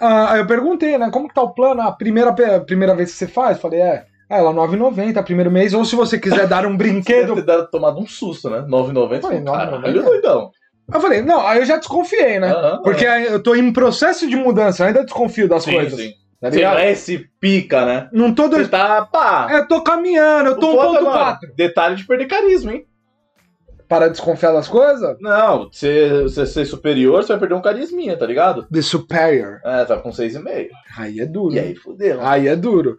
Speaker 1: Ah, aí eu perguntei, né? Como que tá o plano? Ah, A primeira, pe- a primeira vez que você faz? Falei, é. Ah, ela 9,90, primeiro mês. Ou se você quiser dar um
Speaker 2: Deve
Speaker 1: brinquedo.
Speaker 2: ter dado- tomado um susto, né? 9,90.
Speaker 1: Foi,
Speaker 2: Caralho,
Speaker 1: 9,90.
Speaker 2: doidão.
Speaker 1: Eu falei, não, aí eu já desconfiei, né?
Speaker 2: Aham.
Speaker 1: Porque aí eu tô em processo de mudança, eu ainda desconfio das
Speaker 2: Sim,
Speaker 1: coisas.
Speaker 2: sim.
Speaker 1: Tá
Speaker 2: Você não
Speaker 1: ligado?
Speaker 2: é esse pica, né?
Speaker 1: Não tô. dois-
Speaker 2: Você tá, pá...
Speaker 1: Eu tô caminhando, eu tô
Speaker 2: O foda, mano,
Speaker 1: 1,4.
Speaker 2: Detalhe de perder carisma, hein?
Speaker 1: Para desconfiar das coisas?
Speaker 2: Não, se você ser superior, você vai perder um carisminha, tá ligado?
Speaker 1: The Superior.
Speaker 2: É, tá com 6,5.
Speaker 1: Aí é duro.
Speaker 2: E aí, fudeu.
Speaker 1: Aí é duro.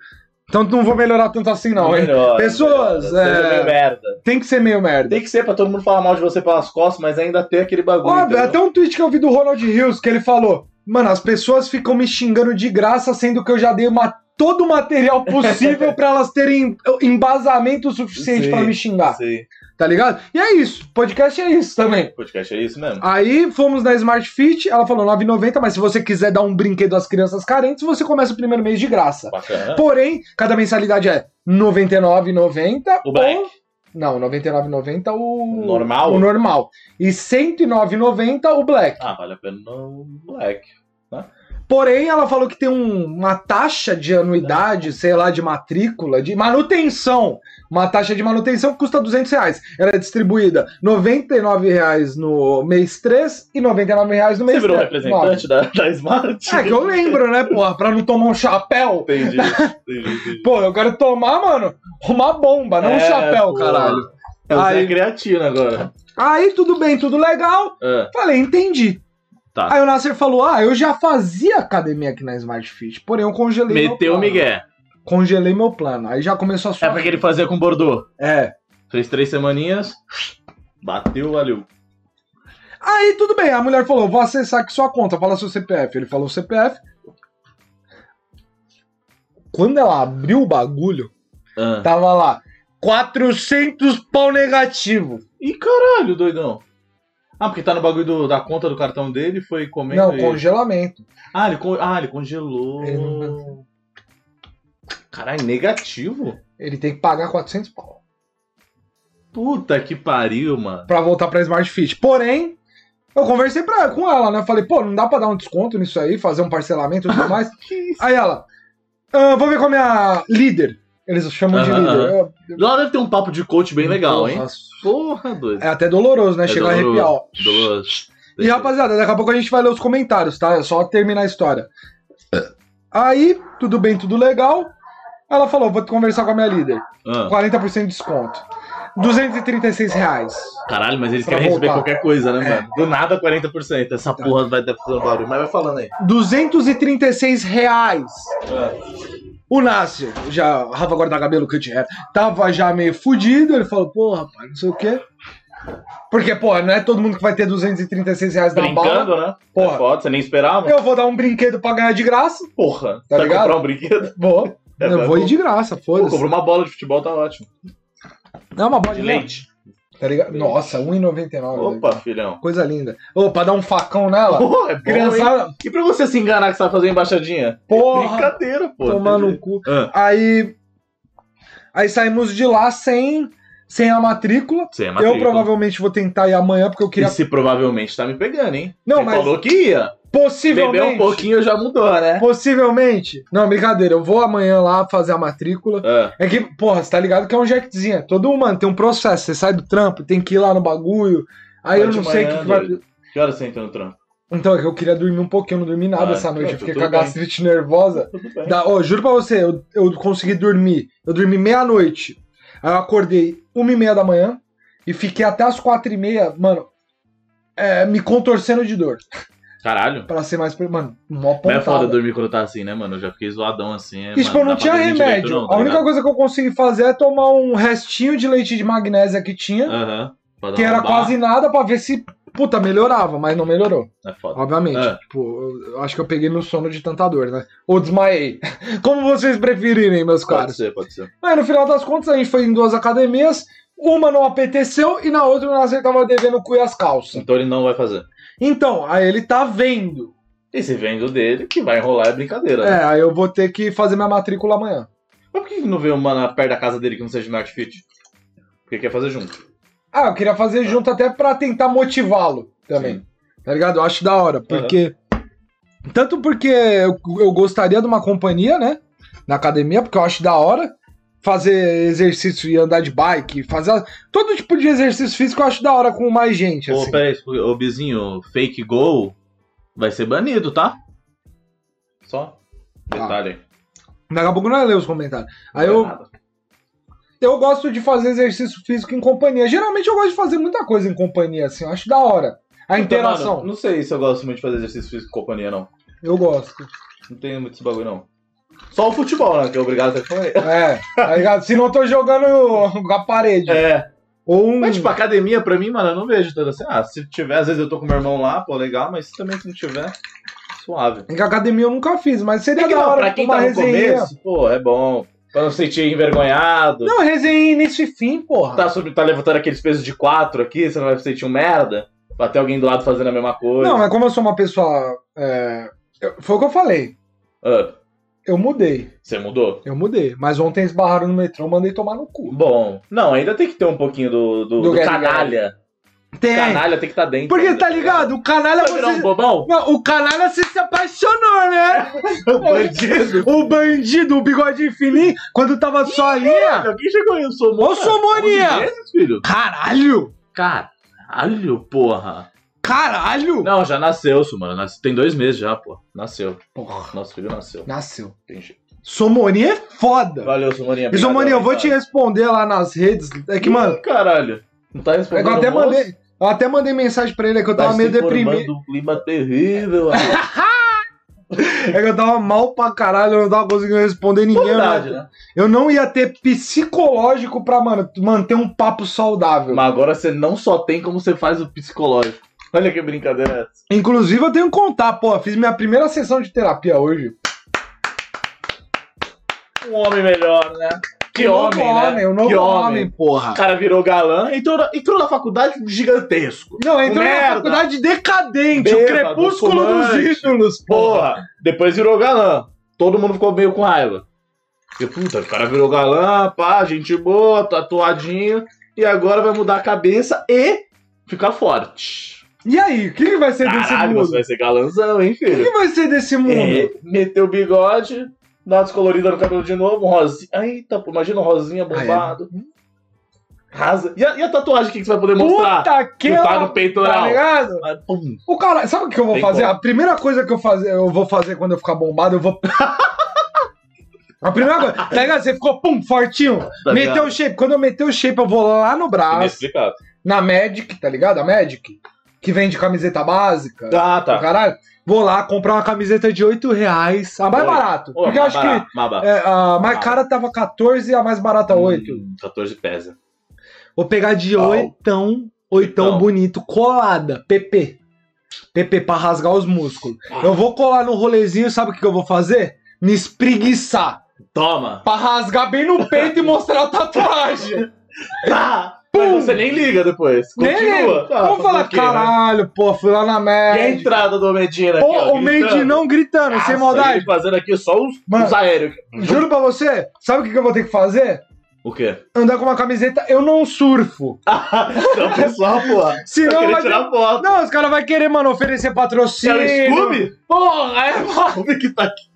Speaker 1: Então não vou melhorar tanto assim, não, hein?
Speaker 2: Melhor,
Speaker 1: Pessoas,
Speaker 2: melhor. Seja
Speaker 1: é,
Speaker 2: meio merda.
Speaker 1: Tem que ser meio merda.
Speaker 2: Tem que ser pra todo mundo falar mal de você pelas costas, mas ainda tem aquele bagulho.
Speaker 1: Ó,
Speaker 2: entendeu?
Speaker 1: até um tweet que eu vi do Ronald Hills que ele falou: Mano, as pessoas ficam me xingando de graça, sendo que eu já dei uma- todo o material possível pra elas terem embasamento suficiente
Speaker 2: Sim,
Speaker 1: pra me xingar.
Speaker 2: Sim.
Speaker 1: Tá ligado? E é isso. Podcast é isso também.
Speaker 2: Podcast é isso mesmo.
Speaker 1: Aí fomos na Smart Fit, ela falou 9,90, mas se você quiser dar um brinquedo às crianças carentes, você começa o primeiro mês de graça.
Speaker 2: Bacana.
Speaker 1: Porém, cada mensalidade é 99,90
Speaker 2: O Black.
Speaker 1: ou... Não, 99,90 o...
Speaker 2: Normal?
Speaker 1: O normal. E 109,90 o Black.
Speaker 2: Ah, vale a pena no Black.
Speaker 1: Porém, ela falou que tem um- uma taxa de anuidade, sei lá, de matrícula, de manutenção. Uma taxa de manutenção que custa 200 reais. Ela é distribuída 99 reais no mês 3 e 99 reais no mês
Speaker 2: Você virou
Speaker 1: três.
Speaker 2: representante da, da Smart?
Speaker 1: É que eu lembro, né, porra? Pra não tomar um chapéu.
Speaker 2: Entendi. entendi, entendi.
Speaker 1: Pô, eu quero tomar, mano, uma bomba, não um
Speaker 2: É,
Speaker 1: chapéu,
Speaker 2: pô.
Speaker 1: caralho.
Speaker 2: É o
Speaker 1: Aí-
Speaker 2: Zé Creatina agora.
Speaker 1: Aí tudo bem, tudo legal.
Speaker 2: Ah,
Speaker 1: Falei, entendi.
Speaker 2: Tá.
Speaker 1: Aí o Nasser falou: Ah, eu já fazia academia aqui na Smart Fit, porém eu congelei. meu
Speaker 2: meteu o
Speaker 1: plano.
Speaker 2: Miguel.
Speaker 1: Congelei meu plano. Aí já começou a
Speaker 2: É
Speaker 1: suar.
Speaker 2: porque ele fazia com Bordeaux.
Speaker 1: É.
Speaker 2: Fez três semaninhas, bateu, valeu.
Speaker 1: Aí tudo bem, a mulher falou: vou acessar aqui sua conta, fala seu CPF. Ele falou o CPF. Quando ela abriu o bagulho,
Speaker 2: Ah.
Speaker 1: tava lá 400 pau negativo.
Speaker 2: Ih, caralho, doidão. Ah, porque tá no bagulho do- da conta do cartão dele, foi comendo
Speaker 1: Não,
Speaker 2: e-
Speaker 1: congelamento.
Speaker 2: Ah, ele con- ah, ele congelou.
Speaker 1: Ele não-
Speaker 2: Caralho, negativo?
Speaker 1: Ele tem que pagar 400 pau
Speaker 2: Puta que pariu, mano.
Speaker 1: pra voltar pra Smart Fit. Porém, eu conversei pra, com ela, né? Falei: pô, não dá pra dar um desconto nisso aí, fazer um parcelamento e tudo mais.
Speaker 2: Que isso?
Speaker 1: Aí ela: "Ah, vou ver com a minha líder. Eles chamam de
Speaker 2: Aham,
Speaker 1: líder.
Speaker 2: aham.
Speaker 1: Eu-
Speaker 2: Lá deve ter um papo de coach bem legal, hein?
Speaker 1: Nossa,
Speaker 2: Porra, doido.
Speaker 1: É até doloroso, né?
Speaker 2: É
Speaker 1: Chegar
Speaker 2: doloroso.
Speaker 1: a arrepiar. ó.
Speaker 2: Duas.
Speaker 1: E rapaziada, daqui a pouco a gente vai ler os comentários, tá? É só terminar a história. Aí, tudo bem, tudo legal. Ela falou: vou conversar com a minha líder.
Speaker 2: Ah,
Speaker 1: 40% de desconto. 236 reais.
Speaker 2: caralho, mas eles
Speaker 1: Pra
Speaker 2: querem receber
Speaker 1: voltar.
Speaker 2: qualquer coisa, né,
Speaker 1: É. Tá.
Speaker 2: mano? Do nada 40%. Essa porra vai estar fazendo um barulho. Mas vai falando aí.
Speaker 1: 236 reais. O Nasser, já Rafa tá Guardacabelo que eu tinha, tava já meio fudido. Ele falou: porra, rapaz, não sei o quê. Porque, porra, não é todo mundo que vai ter 236 reais na bala.
Speaker 2: Brincando, né?
Speaker 1: um Porra.
Speaker 2: É foda, você nem esperava.
Speaker 1: Eu vou dar um brinquedo pra ganhar de graça.
Speaker 2: Porra.
Speaker 1: Tá
Speaker 2: vai
Speaker 1: ligado?
Speaker 2: comprar um brinquedo?
Speaker 1: Vou.
Speaker 2: É,
Speaker 1: eu
Speaker 2: tá
Speaker 1: vou
Speaker 2: bom.
Speaker 1: ir de graça,
Speaker 2: Pô,
Speaker 1: foda-se.
Speaker 2: comprou uma bola de futebol, tá ótimo.
Speaker 1: Não, uma bola
Speaker 2: De
Speaker 1: de leite.
Speaker 2: leite.
Speaker 1: Tá ligado? Nossa, 1,99. velho.
Speaker 2: Opa, filhão.
Speaker 1: né? Coisa linda. Ô, pra dar um facão nela.
Speaker 2: Porra, é bom, hein?
Speaker 1: Criançada.
Speaker 2: E pra você se enganar que você vai fazer embaixadinha?
Speaker 1: Porra.
Speaker 2: Brincadeira, pô.
Speaker 1: Tomar no
Speaker 2: Entendi.
Speaker 1: cu.
Speaker 2: Ah,
Speaker 1: Aí. Aí saímos de lá sem, sem a matrícula.
Speaker 2: você é
Speaker 1: Eu
Speaker 2: matrícula.
Speaker 1: provavelmente vou tentar ir amanhã, porque eu queria.
Speaker 2: Esse provavelmente tá me pegando, hein?
Speaker 1: Não,
Speaker 2: Você
Speaker 1: mas-
Speaker 2: falou que ia.
Speaker 1: Possivelmente.
Speaker 2: Beber um pouquinho já mudou, né?
Speaker 1: Possivelmente. Não, brincadeira. Eu vou amanhã lá fazer a matrícula.
Speaker 2: Ah,
Speaker 1: É que, porra, você tá ligado que é um jackzinho. é Todo humano tem um processo. Você sai do trampo, tem que ir lá no bagulho. Aí
Speaker 2: Vai
Speaker 1: eu
Speaker 2: de
Speaker 1: não sei o que,
Speaker 2: manhã,
Speaker 1: que vai.
Speaker 2: doido. que horas você entra no trampo?
Speaker 1: Então, é que eu queria dormir um pouquinho, eu não dormi nada
Speaker 2: Ah,
Speaker 1: essa noite.
Speaker 2: tá,
Speaker 1: Eu fiquei com
Speaker 2: tudo
Speaker 1: a
Speaker 2: bem.
Speaker 1: gastrite nervosa.
Speaker 2: Tudo bem.
Speaker 1: Da, ó, juro pra você, eu, eu consegui dormir. Eu dormi meia-noite. Aí eu acordei uma e meia da manhã e fiquei até as quatro e meia, mano, é, me contorcendo de dor.
Speaker 2: Caralho.
Speaker 1: Pra ser mais. pre- Mano, mó
Speaker 2: Mas é foda
Speaker 1: pontada.
Speaker 2: dormir quando tá assim, né, mano? Eu já fiquei zoadão assim.
Speaker 1: E, tipo, eu não
Speaker 2: mano, dá pra
Speaker 1: tinha
Speaker 2: dormir direito,
Speaker 1: remédio.
Speaker 2: não, tá
Speaker 1: a única
Speaker 2: ligado?
Speaker 1: coisa que eu consegui fazer é tomar um restinho de leite de magnésia que tinha,
Speaker 2: Aham. Pra dar
Speaker 1: que
Speaker 2: uma
Speaker 1: era
Speaker 2: barra.
Speaker 1: quase nada, pra ver se, puta, melhorava, mas não melhorou.
Speaker 2: É foda.
Speaker 1: Obviamente.
Speaker 2: É.
Speaker 1: Tipo, eu- eu acho que eu peguei no sono de tanta dor, né? Ou desmaiei. Como vocês preferirem, meus
Speaker 2: Pode
Speaker 1: caras.
Speaker 2: ser, pode ser.
Speaker 1: Mas no final das contas, a gente foi em duas academias. Uma não apeteceu e na outra o Nasser tava devendo o cu e as calças.
Speaker 2: Então ele não vai fazer.
Speaker 1: Então, aí ele tá vendo.
Speaker 2: E se vendo dele, que vai enrolar é brincadeira. né?
Speaker 1: É, aí eu vou ter que fazer minha matrícula amanhã.
Speaker 2: Mas por que não vê uma na perto da casa dele que não seja Smart Fit? Porque quer fazer junto.
Speaker 1: Ah, eu queria fazer junto até pra tentar motivá-lo também.
Speaker 2: Sim.
Speaker 1: Tá ligado? Eu acho da hora, porque. Tanto porque eu, eu gostaria de uma companhia, né? Na academia, porque eu acho da hora. Fazer exercício e andar de bike, fazer todo tipo de exercício físico eu acho da hora com mais gente.
Speaker 2: Ô,
Speaker 1: assim.
Speaker 2: peraí, ô Bizinho, fake gol vai ser banido, tá? Só detalhe.
Speaker 1: Daqui a pouco não é ler os comentários. Aí
Speaker 2: Não é
Speaker 1: eu,
Speaker 2: nada.
Speaker 1: eu gosto de fazer exercício físico em companhia. Geralmente eu gosto de fazer muita coisa em companhia, assim, eu acho da hora. A
Speaker 2: Então,
Speaker 1: interação,
Speaker 2: mano, não sei se eu gosto muito de fazer exercício físico com companhia, não.
Speaker 1: eu gosto.
Speaker 2: Não tenho muito esse bagulho, não. Só o futebol, né? Que é obrigado a ter companhia.
Speaker 1: É, tá ligado? Se não eu tô jogando com a parede.
Speaker 2: É.
Speaker 1: Ou um.
Speaker 2: Mas, tipo, academia, pra mim, mano, eu não vejo tanto assim. Ah, se tiver, às vezes eu tô com meu irmão lá, pô, legal, mas se também se não tiver, suave.
Speaker 1: É que academia eu nunca fiz, mas
Speaker 2: É
Speaker 1: seria
Speaker 2: que
Speaker 1: da
Speaker 2: não,
Speaker 1: hora
Speaker 2: pra quem
Speaker 1: uma
Speaker 2: tá no
Speaker 1: resenha.
Speaker 2: começo, pô, é bom. Pra não se sentir envergonhado.
Speaker 1: Não, resenha início e fim, porra.
Speaker 2: tá, sobre, tá levantando aqueles pesos de 4 aqui, você não vai sentir um merda? Vai ter alguém do lado fazendo a mesma coisa.
Speaker 1: Não, mas como eu sou uma pessoa. é, eu- Foi o que eu falei.
Speaker 2: Ah,
Speaker 1: Eu mudei,
Speaker 2: você mudou?
Speaker 1: eu mudei. Mas ontem esbarraram no metrô, mandei tomar no cu.
Speaker 2: Bom, não, ainda tem que ter um pouquinho do,
Speaker 1: Do
Speaker 2: do, do
Speaker 1: Gary
Speaker 2: canalha.
Speaker 1: Tem.
Speaker 2: Canalha tem que estar tá dentro.
Speaker 1: Porque
Speaker 2: ainda.
Speaker 1: tá ligado? O canalha
Speaker 2: Vai virar um
Speaker 1: você.
Speaker 2: bobão?
Speaker 1: Não, o canalha você se apaixonou, né?
Speaker 2: Bandido.
Speaker 1: O bandido, o bigode fininho, quando tava só ali. ó.
Speaker 2: Alguém chegou aí, o Somô?
Speaker 1: Ô, Somonia!
Speaker 2: onze vezes, filho?
Speaker 1: Caralho!
Speaker 2: Caralho, porra.
Speaker 1: Caralho!
Speaker 2: Não, já nasceu, Sumana. Nasce- Tem dois meses já, pô. Nasceu.
Speaker 1: Porra,
Speaker 2: Nosso filho nasceu.
Speaker 1: nasceu.
Speaker 2: Tem jeito.
Speaker 1: Somonia é foda.
Speaker 2: Valeu, Somoninha.
Speaker 1: E Somonia, eu vou te responder lá nas redes. É que, mano,
Speaker 2: Caralho. Não tá
Speaker 1: É
Speaker 2: respondendo.
Speaker 1: que eu até
Speaker 2: o moço?
Speaker 1: mandei. Eu até mandei mensagem pra ele é que eu tava
Speaker 2: Tá
Speaker 1: meio
Speaker 2: se formando
Speaker 1: deprimido.
Speaker 2: um clima terrível. rapaz.
Speaker 1: É que eu tava mal pra caralho, eu não tava conseguindo responder ninguém.
Speaker 2: Verdade,
Speaker 1: né?
Speaker 2: né?
Speaker 1: Eu não ia ter psicológico pra, mano, manter um papo saudável.
Speaker 2: Mas agora você não só tem como você faz o psicológico. Olha que brincadeira é essa.
Speaker 1: Inclusive, eu tenho que contar, pô, fiz minha primeira sessão de terapia hoje.
Speaker 2: Um homem melhor, né? Que
Speaker 1: Um
Speaker 2: homem,
Speaker 1: novo
Speaker 2: né?
Speaker 1: homem, um novo
Speaker 2: que
Speaker 1: homem,
Speaker 2: homem.
Speaker 1: porra.
Speaker 2: O cara virou galã, entrou na, entrou na faculdade gigantesco.
Speaker 1: Não, entrou
Speaker 2: Merda.
Speaker 1: na faculdade decadente, o
Speaker 2: Bêbado,
Speaker 1: crepúsculo
Speaker 2: fumante.
Speaker 1: dos ídolos, porra.
Speaker 2: Porra, depois virou galã. Todo mundo ficou meio com raiva. Porque, puta, o cara virou galã, pá, gente boa, tatuadinho. E agora vai mudar a cabeça e ficar forte.
Speaker 1: E aí, o que, que vai ser desse
Speaker 2: Caralho,
Speaker 1: mundo?
Speaker 2: você vai ser galanzão, hein,
Speaker 1: O que,
Speaker 2: filho?
Speaker 1: que vai ser desse mundo?
Speaker 2: É, meteu o bigode, dá uma descolorida no cabelo de novo, um rosinha. Eita, pô, imagina um rosinha
Speaker 1: é.
Speaker 2: bombado. Rasa. E a, e a tatuagem que que você vai poder mostrar?
Speaker 1: Puta que
Speaker 2: que tá
Speaker 1: ela-
Speaker 2: no peitoral.
Speaker 1: Tá ligado?
Speaker 2: Ah, pum.
Speaker 1: O cara, sabe o que eu vou
Speaker 2: Tem
Speaker 1: fazer?
Speaker 2: como.
Speaker 1: A primeira coisa que eu, fazer, eu vou fazer quando eu ficar bombado, eu vou. A primeira coisa, tá ligado? Você ficou, pum, fortinho.
Speaker 2: Tá
Speaker 1: meteu
Speaker 2: ligado?
Speaker 1: o shape. Quando eu meter o shape, eu vou lá no braço,
Speaker 2: Inexplicável.
Speaker 1: na Magic, tá ligado? A Magic, que vende camiseta básica.
Speaker 2: Tá,
Speaker 1: do
Speaker 2: tá.
Speaker 1: Caralho, vou lá comprar uma camiseta de 8 reais. A mais
Speaker 2: Oi.
Speaker 1: barato.
Speaker 2: Ô,
Speaker 1: porque eu acho
Speaker 2: Mabá, Mabá.
Speaker 1: que é, a mais cara tava 14 e a mais barata 8.
Speaker 2: Ah. Hum, 14 pesa.
Speaker 1: Vou pegar de
Speaker 2: Pau.
Speaker 1: oitão, oitão
Speaker 2: Oitão.
Speaker 1: bonito, colada, PP. PP pra rasgar os músculos.
Speaker 2: Ah.
Speaker 1: Eu vou colar no rolezinho, sabe o que que eu vou fazer? Me espreguiçar.
Speaker 2: Toma!
Speaker 1: Pra rasgar bem no peito e mostrar a tatuagem.
Speaker 2: Pá! Tá! Mas você nem liga depois. Continua.
Speaker 1: Nem-
Speaker 2: Ah,
Speaker 1: Vamos
Speaker 2: fazer
Speaker 1: falar,
Speaker 2: o quê, né?
Speaker 1: caralho, pô, fui lá na
Speaker 2: E a
Speaker 1: merda.
Speaker 2: entrada do Medina aqui, ó,
Speaker 1: Pô, o
Speaker 2: gritando?
Speaker 1: Mendinão gritando, sem
Speaker 2: Nossa,
Speaker 1: maldade.
Speaker 2: ele fazendo aqui só os,
Speaker 1: Mano.
Speaker 2: os aéreos.
Speaker 1: Juro pra você, sabe o que que eu vou ter que fazer?
Speaker 2: O quê?
Speaker 1: Andar com uma camiseta, eu não surfo.
Speaker 2: Então, pessoal, porra. Eu
Speaker 1: Senão
Speaker 2: queria
Speaker 1: vai.
Speaker 2: tirar foto.
Speaker 1: Não, os caras vão querer, mano, oferecer
Speaker 2: Você
Speaker 1: patrocínio.
Speaker 2: é o Scooby? Porra, é o Scooby que tá aqui.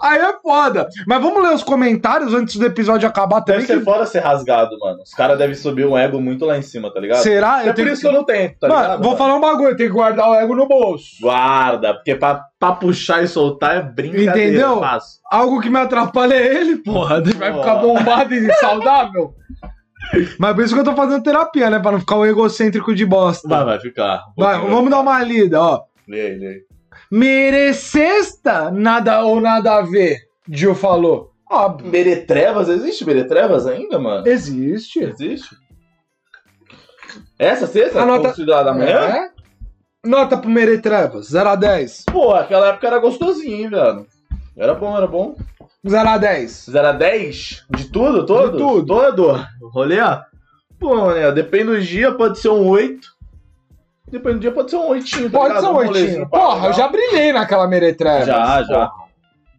Speaker 1: Aí é foda. Mas vamos ler os comentários antes do episódio acabar
Speaker 2: Deve
Speaker 1: também.
Speaker 2: ser
Speaker 1: que-
Speaker 2: fora ser rasgado, mano. Os caras devem subir um ego muito lá em cima, tá ligado?
Speaker 1: Será?
Speaker 2: É por isso que eu não tento, tá
Speaker 1: Mano,
Speaker 2: ligado?
Speaker 1: vou
Speaker 2: mano?
Speaker 1: falar um bagulho, eu tenho que guardar o ego no bolso.
Speaker 2: Guarda, porque pra, pra puxar e soltar é brincadeira.
Speaker 1: Entendeu?
Speaker 2: Fácil.
Speaker 1: Algo que me atrapalha é ele, porra. Ele vai
Speaker 2: Porra.
Speaker 1: ficar bombado e saudável. Mas por isso que eu tô fazendo terapia, né? Pra não ficar um egocêntrico de bosta.
Speaker 2: Vai, vai ficar.
Speaker 1: Vai, um vamos dar uma lida, ó.
Speaker 2: Lê aí, lê aí.
Speaker 1: Merecesta nada ou nada a ver, Gil falou. Óbvio.
Speaker 2: Meretrevas? Existe Meretrevas ainda, mano?
Speaker 1: Existe.
Speaker 2: Existe? Essa sexta?
Speaker 1: A nota-
Speaker 2: Considerada amanhã?
Speaker 1: É? Nota pro Meretrevas, 0 a 10.
Speaker 2: Pô, aquela época era gostosinho, hein, velho. Era bom, era bom.
Speaker 1: 0 a 10.
Speaker 2: Fizeram a 10? De tudo, todo?
Speaker 1: De tudo.
Speaker 2: Todo? O Rolê, ó. Pô, né? Depende do dia, pode ser um 8. Depende do dia, pode ser um 8.
Speaker 1: Pode ser um oitinho. Porra, eu já brilhei naquela meretreva.
Speaker 2: Já, já.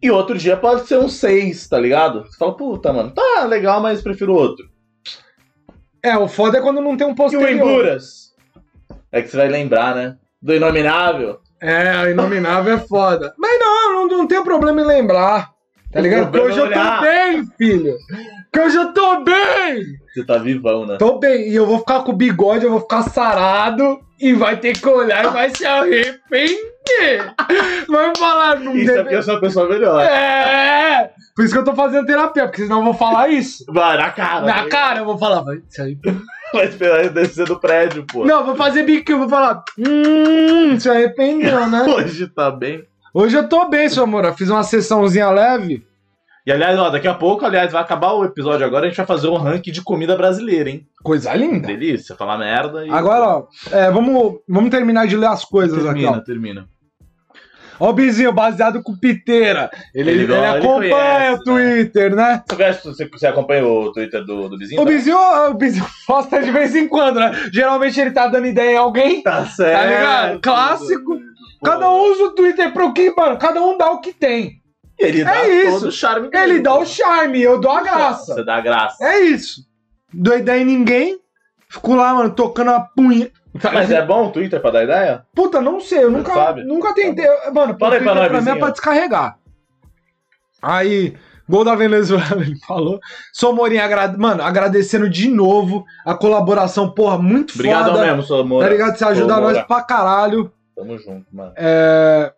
Speaker 2: E outro dia pode ser um 6, tá ligado? Você fala, puta, mano, tá legal, mas prefiro outro.
Speaker 1: É, o foda é quando não tem um
Speaker 2: E o
Speaker 1: posterior.
Speaker 2: Emburas? É que você vai lembrar, né? Do Inominável.
Speaker 1: É, o inominável é foda. Mas não, não, não tem problema em lembrar. Tá ligado? Porque hoje eu tô
Speaker 2: é Olhar.
Speaker 1: bem, filho. Que hoje eu tô bem.
Speaker 2: Você tá vivão, né?
Speaker 1: Tô bem. E eu vou ficar com o bigode, eu vou ficar sarado. E vai ter que olhar e vai se arrepender. Vai falar, não
Speaker 2: Isso é porque
Speaker 1: deve...
Speaker 2: eu sou uma pessoa melhor.
Speaker 1: É! Por isso que eu tô fazendo terapia, porque senão eu vou falar isso.
Speaker 2: Vai, na cara. tá
Speaker 1: Na
Speaker 2: ligado?
Speaker 1: cara eu vou falar, vai se arrepender.
Speaker 2: Vai esperar ele descer do prédio, pô.
Speaker 1: Não, vou fazer bico, eu vou falar. Hum, se arrependeu, né?
Speaker 2: Hoje tá bem.
Speaker 1: Hoje eu tô bem, seu amor. Eu Fiz uma sessãozinha leve.
Speaker 2: E aliás, ó, daqui a pouco, aliás, vai acabar o episódio agora, a gente vai fazer um ranking de comida brasileira, hein?
Speaker 1: Coisa linda.
Speaker 2: Delícia, falar merda e.
Speaker 1: Agora, ó, é, vamos, vamos terminar de ler as coisas aqui,
Speaker 2: Termina, termina.
Speaker 1: ó. Ó o Bizinho, baseado com piteira. Ele,
Speaker 2: Ele
Speaker 1: ele
Speaker 2: gosta, ele
Speaker 1: acompanha
Speaker 2: conhece,
Speaker 1: o Twitter, né?
Speaker 2: Você, conhece- você, você acompanha o Twitter do, do vizinho? Tá
Speaker 1: O Bizinho, ó, o Bizinho posta de vez em quando, né? Geralmente ele tá dando ideia em alguém.
Speaker 2: Tá certo.
Speaker 1: Tá ligado? Clássico.
Speaker 2: Pô.
Speaker 1: Cada um usa o Twitter pro que, mano? Cada um dá o que tem.
Speaker 2: Ele dá
Speaker 1: É isso.
Speaker 2: todo o charme dele,
Speaker 1: Ele dá
Speaker 2: pô.
Speaker 1: o charme, eu dou a graça.
Speaker 2: Você dá a graça.
Speaker 1: É isso. Deu ideia em ninguém. Ficou lá, mano, tocando a punha.
Speaker 2: Mas é bom o Twitter pra dar ideia?
Speaker 1: Puta, não sei, eu nunca,
Speaker 2: sabe? Tá
Speaker 1: nunca tentei. Eu- Mano,
Speaker 2: Fala aí pra
Speaker 1: Twitter
Speaker 2: nós,
Speaker 1: pra mim é
Speaker 2: vizinho.
Speaker 1: pra descarregar. Aí, gol da Venezuela, ele falou. Sou Morinho, agrade... mano, agradecendo de novo a colaboração, porra, muito
Speaker 2: Obrigadão
Speaker 1: foda.
Speaker 2: mesmo, seu amor.
Speaker 1: Tá ligado? Você ajuda
Speaker 2: Ô,
Speaker 1: nós
Speaker 2: Moura.
Speaker 1: pra caralho.
Speaker 2: Tamo junto, mano.
Speaker 1: É,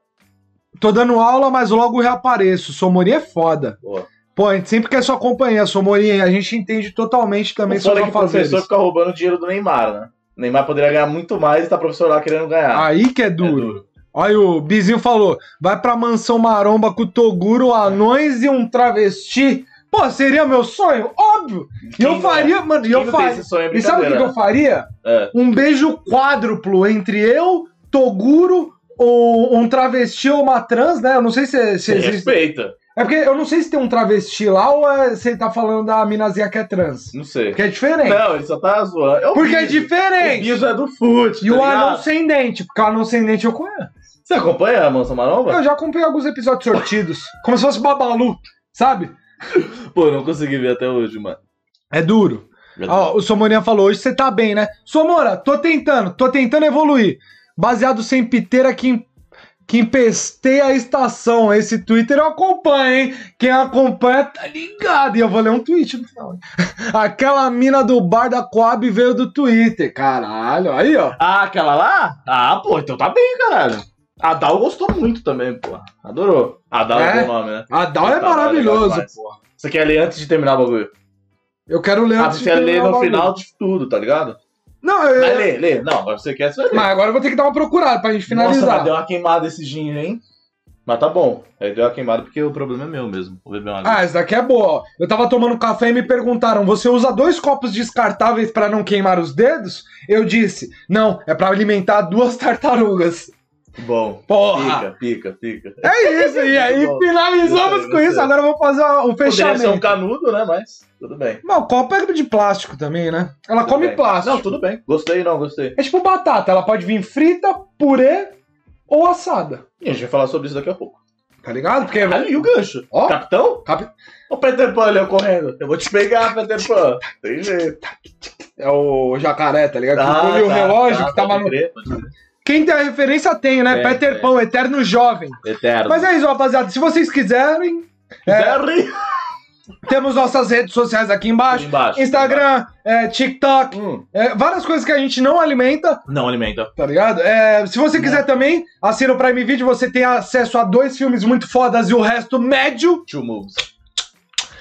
Speaker 1: Tô dando aula, mas logo reapareço. Sou Morinho é foda.
Speaker 2: Boa.
Speaker 1: Pô, a gente sempre quer sua companhia, Sou Morinho. A gente entende totalmente também
Speaker 2: O foda é
Speaker 1: sobre
Speaker 2: que o professor
Speaker 1: fazer.
Speaker 2: fica roubando dinheiro do Neymar, né? O Neymar poderia ganhar muito mais e tá professor lá querendo ganhar.
Speaker 1: Aí que é
Speaker 2: É
Speaker 1: duro. Ó, Aí o Bizinho falou: vai pra mansão maromba com o Toguro, anões e um travesti. Pô, seria meu sonho? Óbvio! E
Speaker 2: Quem
Speaker 1: eu
Speaker 2: não- é?
Speaker 1: faria, mano, e
Speaker 2: quem
Speaker 1: eu
Speaker 2: não tem
Speaker 1: faria.
Speaker 2: esse sonho é
Speaker 1: E sabe o que, que eu
Speaker 2: brincadeira,
Speaker 1: faria?
Speaker 2: né? É.
Speaker 1: Um beijo quádruplo entre eu, Toguro, ou um travesti ou uma trans, né? Eu não sei se, se
Speaker 2: Se
Speaker 1: existe.
Speaker 2: respeita.
Speaker 1: É porque eu não sei se tem um travesti lá ou é, você tá falando da minazinha que é trans.
Speaker 2: Não sei.
Speaker 1: Porque é diferente.
Speaker 2: Não, ele só tá zoando. É o
Speaker 1: porque é
Speaker 2: Biso. O
Speaker 1: diferente.
Speaker 2: Biso é do fute.
Speaker 1: E o
Speaker 2: tá ligado?
Speaker 1: anão sem dente, porque o anão sem dente eu conheço.
Speaker 2: Você acompanha a Mansão Maromba?
Speaker 1: Eu já acompanhei alguns episódios sortidos. como se fosse Babalu, sabe?
Speaker 2: Pô, eu não consegui ver até hoje, mano.
Speaker 1: É duro.
Speaker 2: tá.
Speaker 1: Ó, o Somorinha falou, hoje você tá bem, né? Somora, tô tentando, tô tentando evoluir. Baseado sem piteira que, em- que empestei a estação. Esse Twitter eu acompanho, hein? Quem acompanha tá ligado. E eu vou ler um tweet no final. hein? Aquela mina do bar da Coab veio do Twitter. Caralho, aí, ó.
Speaker 2: Ah, aquela lá? Ah, pô, então tá bem, caralho. A Dal gostou muito também, pô. Adorou. A Dal é,
Speaker 1: É?
Speaker 2: bom nome, né?
Speaker 1: A Dal é
Speaker 2: Tá, legal
Speaker 1: maravilhoso.
Speaker 2: demais, porra. Você quer ler antes de terminar o bagulho?
Speaker 1: Eu quero ler
Speaker 2: Ah,
Speaker 1: antes
Speaker 2: você
Speaker 1: de
Speaker 2: quer ler
Speaker 1: terminar o
Speaker 2: no
Speaker 1: um bagulho.
Speaker 2: final de tudo, tá ligado?
Speaker 1: Não, eu,
Speaker 2: Vai ler, lê. Não, agora você quer, você vai ler.
Speaker 1: mas agora eu vou ter que dar uma procurada pra gente
Speaker 2: Nossa,
Speaker 1: finalizar.
Speaker 2: mas deu uma queimada esse gin, hein? Mas tá bom. Aí deu uma queimada porque o problema é meu mesmo. Vou beber uma água.
Speaker 1: Ah, essa daqui é boa. ó. Eu tava tomando café e me perguntaram: você usa dois copos descartáveis pra não queimar os dedos? Eu disse: não, é pra alimentar duas tartarugas.
Speaker 2: Bom.
Speaker 1: Ah. Porra!
Speaker 2: Pica, pica, pica.
Speaker 1: É isso, e aí
Speaker 2: Muito bom.
Speaker 1: finalizamos
Speaker 2: Gostei,
Speaker 1: com isso.
Speaker 2: gostei.
Speaker 1: Agora eu vou fazer um
Speaker 2: Poderia ser um
Speaker 1: fechamento.
Speaker 2: canudo, né? Mas tudo bem.
Speaker 1: Mas o copo é de plástico também, né? Ela
Speaker 2: Tudo
Speaker 1: come
Speaker 2: bem.
Speaker 1: plástico.
Speaker 2: Não, tudo bem. Gostei, não, gostei.
Speaker 1: É tipo batata, ela pode vir frita, purê ou assada.
Speaker 2: E a gente vai falar sobre isso daqui a pouco.
Speaker 1: Tá ligado? Porque.
Speaker 2: Ali, e o gancho?
Speaker 1: Ó,
Speaker 2: Capitão?
Speaker 1: Capi-
Speaker 2: Ô, Peter Pan ali, ó, correndo. Eu vou te pegar, Peter Pan. Tem jeito.
Speaker 1: é o jacaré, tá ligado? que come o relógio que tava
Speaker 2: Ah, tá, pode
Speaker 1: no.
Speaker 2: crer, pode crer.
Speaker 1: Quem tem a referência tem, né?
Speaker 2: É,
Speaker 1: Peter
Speaker 2: é.
Speaker 1: Pan, eterno jovem.
Speaker 2: Eterno.
Speaker 1: Mas é isso, rapaziada. Se vocês quiserem, é,
Speaker 2: Terry.
Speaker 1: temos nossas redes sociais aqui
Speaker 2: Aqui
Speaker 1: embaixo.
Speaker 2: Embaixo.
Speaker 1: Instagram, é, TikTok,
Speaker 2: Hum,
Speaker 1: é, várias coisas que a gente não alimenta,
Speaker 2: Não alimenta.
Speaker 1: tá ligado? É, se você quiser também, assina o Prime Video, você tem acesso a dois filmes muito fodas e o resto médio,
Speaker 2: Two moves.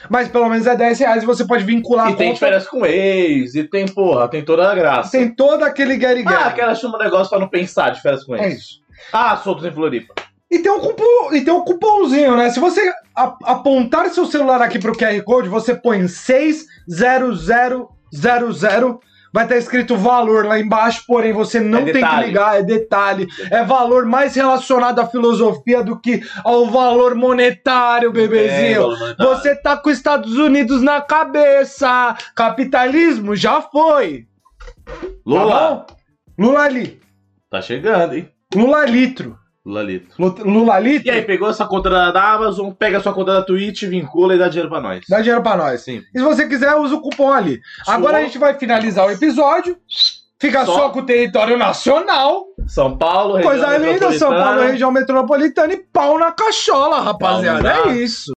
Speaker 1: mas pelo menos é 10 reais e você pode vincular
Speaker 2: E tem diferença com ex. E tem, porra, tem toda a graça.
Speaker 1: Tem todo aquele get
Speaker 2: Ah, aquela chama um negócio pra não pensar de férias com
Speaker 1: É
Speaker 2: ex.
Speaker 1: isso.
Speaker 2: Ah, soltos em Floripa.
Speaker 1: E tem, um cupom, e tem um cupomzinho, né? Se você a- apontar seu celular aqui pro QR Code, você põe 60000, vai estar escrito valor lá embaixo, porém você não
Speaker 2: É
Speaker 1: tem que
Speaker 2: detalhe.
Speaker 1: ligar, é detalhe. É valor mais relacionado à filosofia do que ao valor monetário, bebezinho.
Speaker 2: É, né?
Speaker 1: Você tá com os Estados Unidos na cabeça. Capitalismo já foi.
Speaker 2: Lula.
Speaker 1: Tá bom? Lula ali.
Speaker 2: Tá chegando, hein?
Speaker 1: Lula litro.
Speaker 2: Lula Lito.
Speaker 1: Lu- Lula litro.
Speaker 2: E aí, pegou essa conta da- da Amazon, pega sua conta da Twitch, vincula e dá dinheiro pra nós.
Speaker 1: Dá dinheiro pra nós.
Speaker 2: Sim.
Speaker 1: E se você quiser, usa o cupom ali.
Speaker 2: Só-
Speaker 1: Agora a gente vai finalizar o episódio. Fica só,
Speaker 2: Só-
Speaker 1: com o território nacional.
Speaker 2: São Paulo, região
Speaker 1: Coisa linda, São
Speaker 2: metropolitana.
Speaker 1: Paulo, região metropolitana e pau na cachola, rapaziada.
Speaker 2: na-
Speaker 1: É isso.